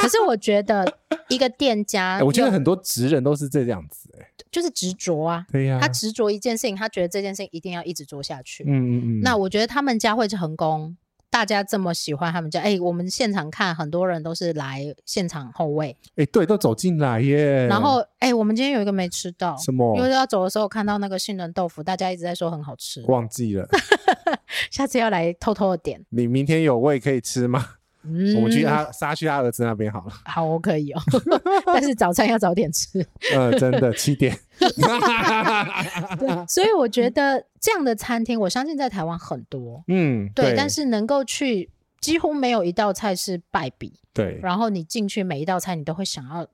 Speaker 2: 可是我觉得一个店家
Speaker 3: 哎
Speaker 2: 有，
Speaker 3: 我觉得很多职人都是这样子，哎，
Speaker 2: 就是执着啊，
Speaker 3: 对呀，
Speaker 2: 他执着一件事情，他觉得这件事情一定要一直做下去。
Speaker 3: 嗯嗯嗯，
Speaker 2: 那我觉得他们家会成功，大家这么喜欢他们家，哎、我们现场看很多人都是来现场后位，
Speaker 3: 哎对，都走进来耶，
Speaker 2: 然后哎、我们今天有一个没吃到。
Speaker 3: 什么
Speaker 2: 因为要走的时候看到那个杏仁豆腐，大家一直在说很好吃，
Speaker 3: 忘记了，
Speaker 2: 下次要来偷偷的点。
Speaker 3: 你明天有胃可以吃吗？ *laughs*
Speaker 2: 嗯，
Speaker 3: 我们去他杀去他儿子那边好了。
Speaker 2: 好，我可以哦， *laughs* 但是早餐要早点吃。
Speaker 3: 呃，真的七
Speaker 2: *laughs*
Speaker 3: 点， *laughs*
Speaker 2: 所以我觉得这样的餐厅，我相信在台湾很多，
Speaker 3: 嗯，
Speaker 2: 对，但是能够去。几乎没有一道菜是败笔，
Speaker 3: 对，
Speaker 2: 然后你进去每一道菜，你都会想要，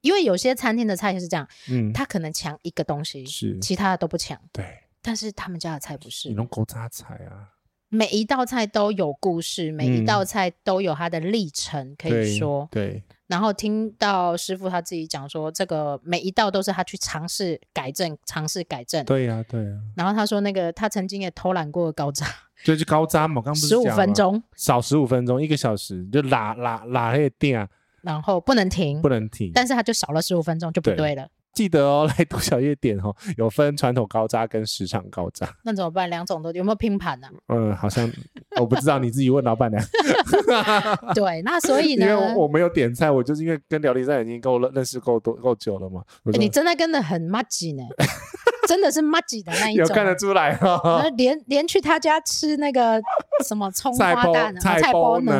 Speaker 2: 因为有些餐厅的菜是这样，
Speaker 3: 嗯，
Speaker 2: 它可能强一个东西，
Speaker 3: 是
Speaker 2: 其他的都不强，
Speaker 3: 对，
Speaker 2: 但是他们家的菜不
Speaker 3: 你
Speaker 2: 是，
Speaker 3: 弄狗杂菜啊，
Speaker 2: 每一道菜都有故事，每一
Speaker 3: 嗯
Speaker 2: 道菜都有它的历程可以
Speaker 3: 对
Speaker 2: 说，
Speaker 3: 对，
Speaker 2: 然后听到师傅他自己讲说，这个每一道都是他去尝试改正，尝试改正，
Speaker 3: 对呀，对呀，
Speaker 2: 然后他说那个他曾经也偷懒过高渣，
Speaker 3: 就是高渣嘛，我刚刚不是
Speaker 2: 十五
Speaker 3: 讲吗
Speaker 2: 分，钟，
Speaker 3: 少十五分钟，一个小时就拉拉拉那个电啊，
Speaker 2: 然后不能停
Speaker 3: 不，能停。
Speaker 2: 但是他就少了十五分钟就不
Speaker 3: 对
Speaker 2: 对了。
Speaker 3: 记得哦， *laughs* 来读小夜点哦，有分传统高渣跟时尚高渣。
Speaker 2: 那怎么办？两种都有没有拼盘呢、 *laughs*
Speaker 3: 嗯，好像我不知道，你自己问老板娘。
Speaker 2: 对，那所以
Speaker 3: 因
Speaker 2: 呢
Speaker 3: 为，我我没有点菜，我就是因为跟辽宁站已经够认认识够多够久了嘛。我
Speaker 2: 诶
Speaker 3: 说
Speaker 2: 哎你真的跟的很 m a g i
Speaker 3: *laughs*
Speaker 2: 呢，真的是 m a g i 的那一
Speaker 3: 有
Speaker 2: 种
Speaker 3: 看得
Speaker 2: 啊。
Speaker 3: 出来哦。
Speaker 2: 那连连去他家吃
Speaker 3: *laughs*
Speaker 2: 那个什么葱 *laughs* 花
Speaker 3: 包
Speaker 2: 蛋啊、
Speaker 3: 菜
Speaker 2: 包
Speaker 3: 包
Speaker 2: 呢？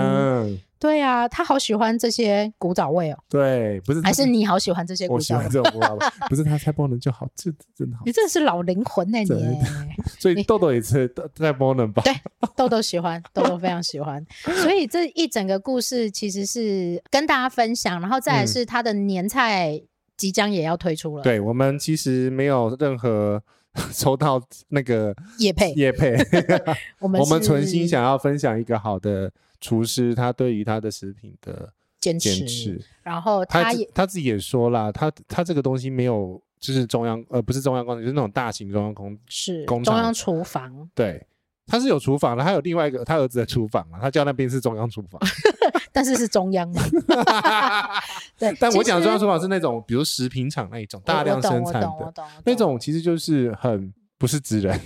Speaker 3: 呢？
Speaker 2: 对啊，他好喜欢这些古早味哦，
Speaker 3: 对，不是
Speaker 2: 还
Speaker 3: 他
Speaker 2: 是你好喜欢这些
Speaker 3: 嗯
Speaker 2: 古
Speaker 3: 我喜
Speaker 2: 早味
Speaker 3: 欢？这种味道，不是他菜包能就好，这这真的好
Speaker 2: 你。真的是老灵魂呢、
Speaker 3: 真
Speaker 2: 你
Speaker 3: *laughs* 的。所以
Speaker 2: 你
Speaker 3: 豆豆也吃豆菜包能吧？
Speaker 2: 对豆豆喜欢，豆豆非常
Speaker 3: *laughs*
Speaker 2: 喜欢，所以这一整个故事其实是跟大家分享，然后再来是它的年菜即将也要推出了，，
Speaker 3: 嗯对我们其实没有任何 *laughs* 收到那个
Speaker 2: 也配，
Speaker 3: 业配，
Speaker 2: *laughs* 我们
Speaker 3: 我们
Speaker 2: 是
Speaker 3: 存心想要分享一个好的厨师，他对于他的食品的
Speaker 2: 坚持，
Speaker 3: 坚持。
Speaker 2: 然后
Speaker 3: 他
Speaker 2: 他
Speaker 3: 自
Speaker 2: 也
Speaker 3: 他自己也说啦，他他这个东西没有，就是中央呃不是中央空调，就是那种大型中央空
Speaker 2: 是
Speaker 3: 工
Speaker 2: 中
Speaker 3: 厂
Speaker 2: 央厨房，
Speaker 3: 对，他是有厨房的，他有另外一个他儿子的厨房啊，他叫那边是中央厨房。
Speaker 2: 但是是中央嘛， *laughs* 对，
Speaker 3: 但我
Speaker 2: 其
Speaker 3: 讲的
Speaker 2: 实
Speaker 3: 中央厨房是那种，比如食品厂那一种 *laughs*
Speaker 2: 我
Speaker 3: 大量
Speaker 2: 我懂
Speaker 3: 生
Speaker 2: 我
Speaker 3: 产
Speaker 2: 懂我
Speaker 3: 的
Speaker 2: 懂我
Speaker 3: 那
Speaker 2: 懂
Speaker 3: 种，其实就是很不是职人，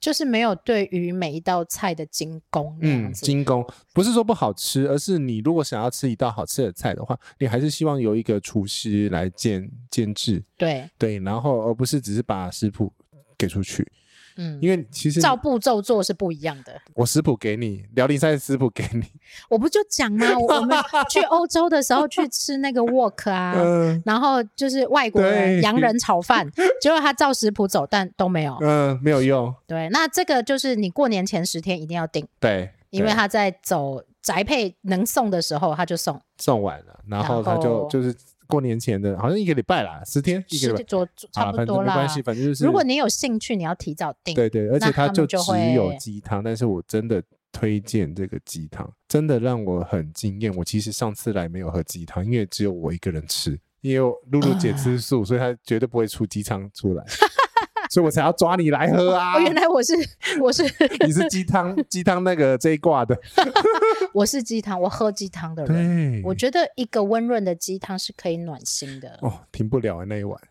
Speaker 2: 就是没有对于每一道菜的精工那
Speaker 3: 嗯，
Speaker 2: 样子，
Speaker 3: 精工不是说不好吃，而是你如果想要吃一道好吃的菜的话，你还是希望由一个厨师来监监制，
Speaker 2: 对，
Speaker 3: 对，然后而不是只是把食谱给出去，
Speaker 2: 嗯，
Speaker 3: 因为其实
Speaker 2: 照步骤做是不一样的。
Speaker 3: 我食谱给你，辽宁菜食谱给
Speaker 2: *laughs*
Speaker 3: 你，
Speaker 2: 我不就讲吗？我我
Speaker 3: *laughs*
Speaker 2: 们去欧洲的时候去吃那个 wok 啊，
Speaker 3: 嗯
Speaker 2: 然后就是外国人
Speaker 3: 对
Speaker 2: 洋
Speaker 3: *laughs*
Speaker 2: 人炒饭，结果他照食谱走，但都没有。
Speaker 3: 嗯，没有用，
Speaker 2: 对，那这个就是你过年前十天一定要订，
Speaker 3: 对，
Speaker 2: 因为
Speaker 3: 对
Speaker 2: 他在走宅配能送的时候他就送，
Speaker 3: 送完了，然后
Speaker 2: 然
Speaker 3: 他就
Speaker 2: 后
Speaker 3: 就是过年前的，好像一个礼拜啦，十天，一个
Speaker 2: *laughs* 是
Speaker 3: 礼拜，
Speaker 2: 做差
Speaker 3: 啊
Speaker 2: 不
Speaker 3: 反
Speaker 2: 多
Speaker 3: 正没
Speaker 2: 啦
Speaker 3: 关。系，反正就是
Speaker 2: 如果你有兴趣，你要提早订。
Speaker 3: 对对，而且
Speaker 2: 那他
Speaker 3: 它
Speaker 2: 们
Speaker 3: 就只
Speaker 2: 就会
Speaker 3: 有鸡汤，但是我真的推荐这个鸡汤，真的让我很惊艳。我其实上次来没有喝鸡汤，因为只有我一个人吃，因为我露露姐吃素，所以她绝对不会出鸡汤出
Speaker 2: *laughs*
Speaker 3: 来，所以我才要抓你来喝啊
Speaker 2: 哦，！原来我是我是
Speaker 3: 你是鸡汤鸡汤那个这一挂
Speaker 2: *laughs*
Speaker 3: 的，
Speaker 2: 我是鸡汤，我喝鸡汤的人。
Speaker 3: 对，
Speaker 2: 我觉得一个温润的鸡汤是可以暖心的。
Speaker 3: 哦停不了的那一碗。
Speaker 2: 嗯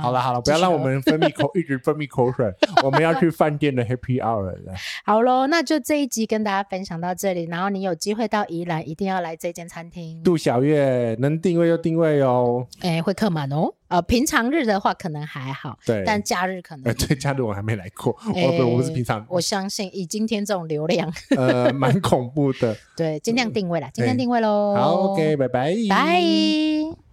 Speaker 3: 好了好了，不
Speaker 2: 继
Speaker 3: 要
Speaker 2: 续
Speaker 3: 让我
Speaker 2: 喝
Speaker 3: 们分泌
Speaker 2: *laughs*
Speaker 3: 口一直分泌口水，我们要去饭店的 Happy Hour 了。
Speaker 2: 好喽，那就这一集跟大家分享到这里。然后你有机会到宜兰，一定要来这间餐厅，
Speaker 3: 杜小月能定位就定位哦，
Speaker 2: 哎，会客满哦。呃，平常日的话可能还好，
Speaker 3: 对，
Speaker 2: 但假日可
Speaker 3: 呃，
Speaker 2: 能，
Speaker 3: 对，加入我还没来
Speaker 2: *laughs*
Speaker 3: 过，
Speaker 2: 哎
Speaker 3: 我我不是平常，
Speaker 2: 我相信以今天这种流量， *laughs*
Speaker 3: 呃，蛮恐怖的。
Speaker 2: 对，尽量定位啦，尽量
Speaker 3: 哎
Speaker 2: 定位喽。
Speaker 3: 好，OK，拜拜，
Speaker 2: 哦拜。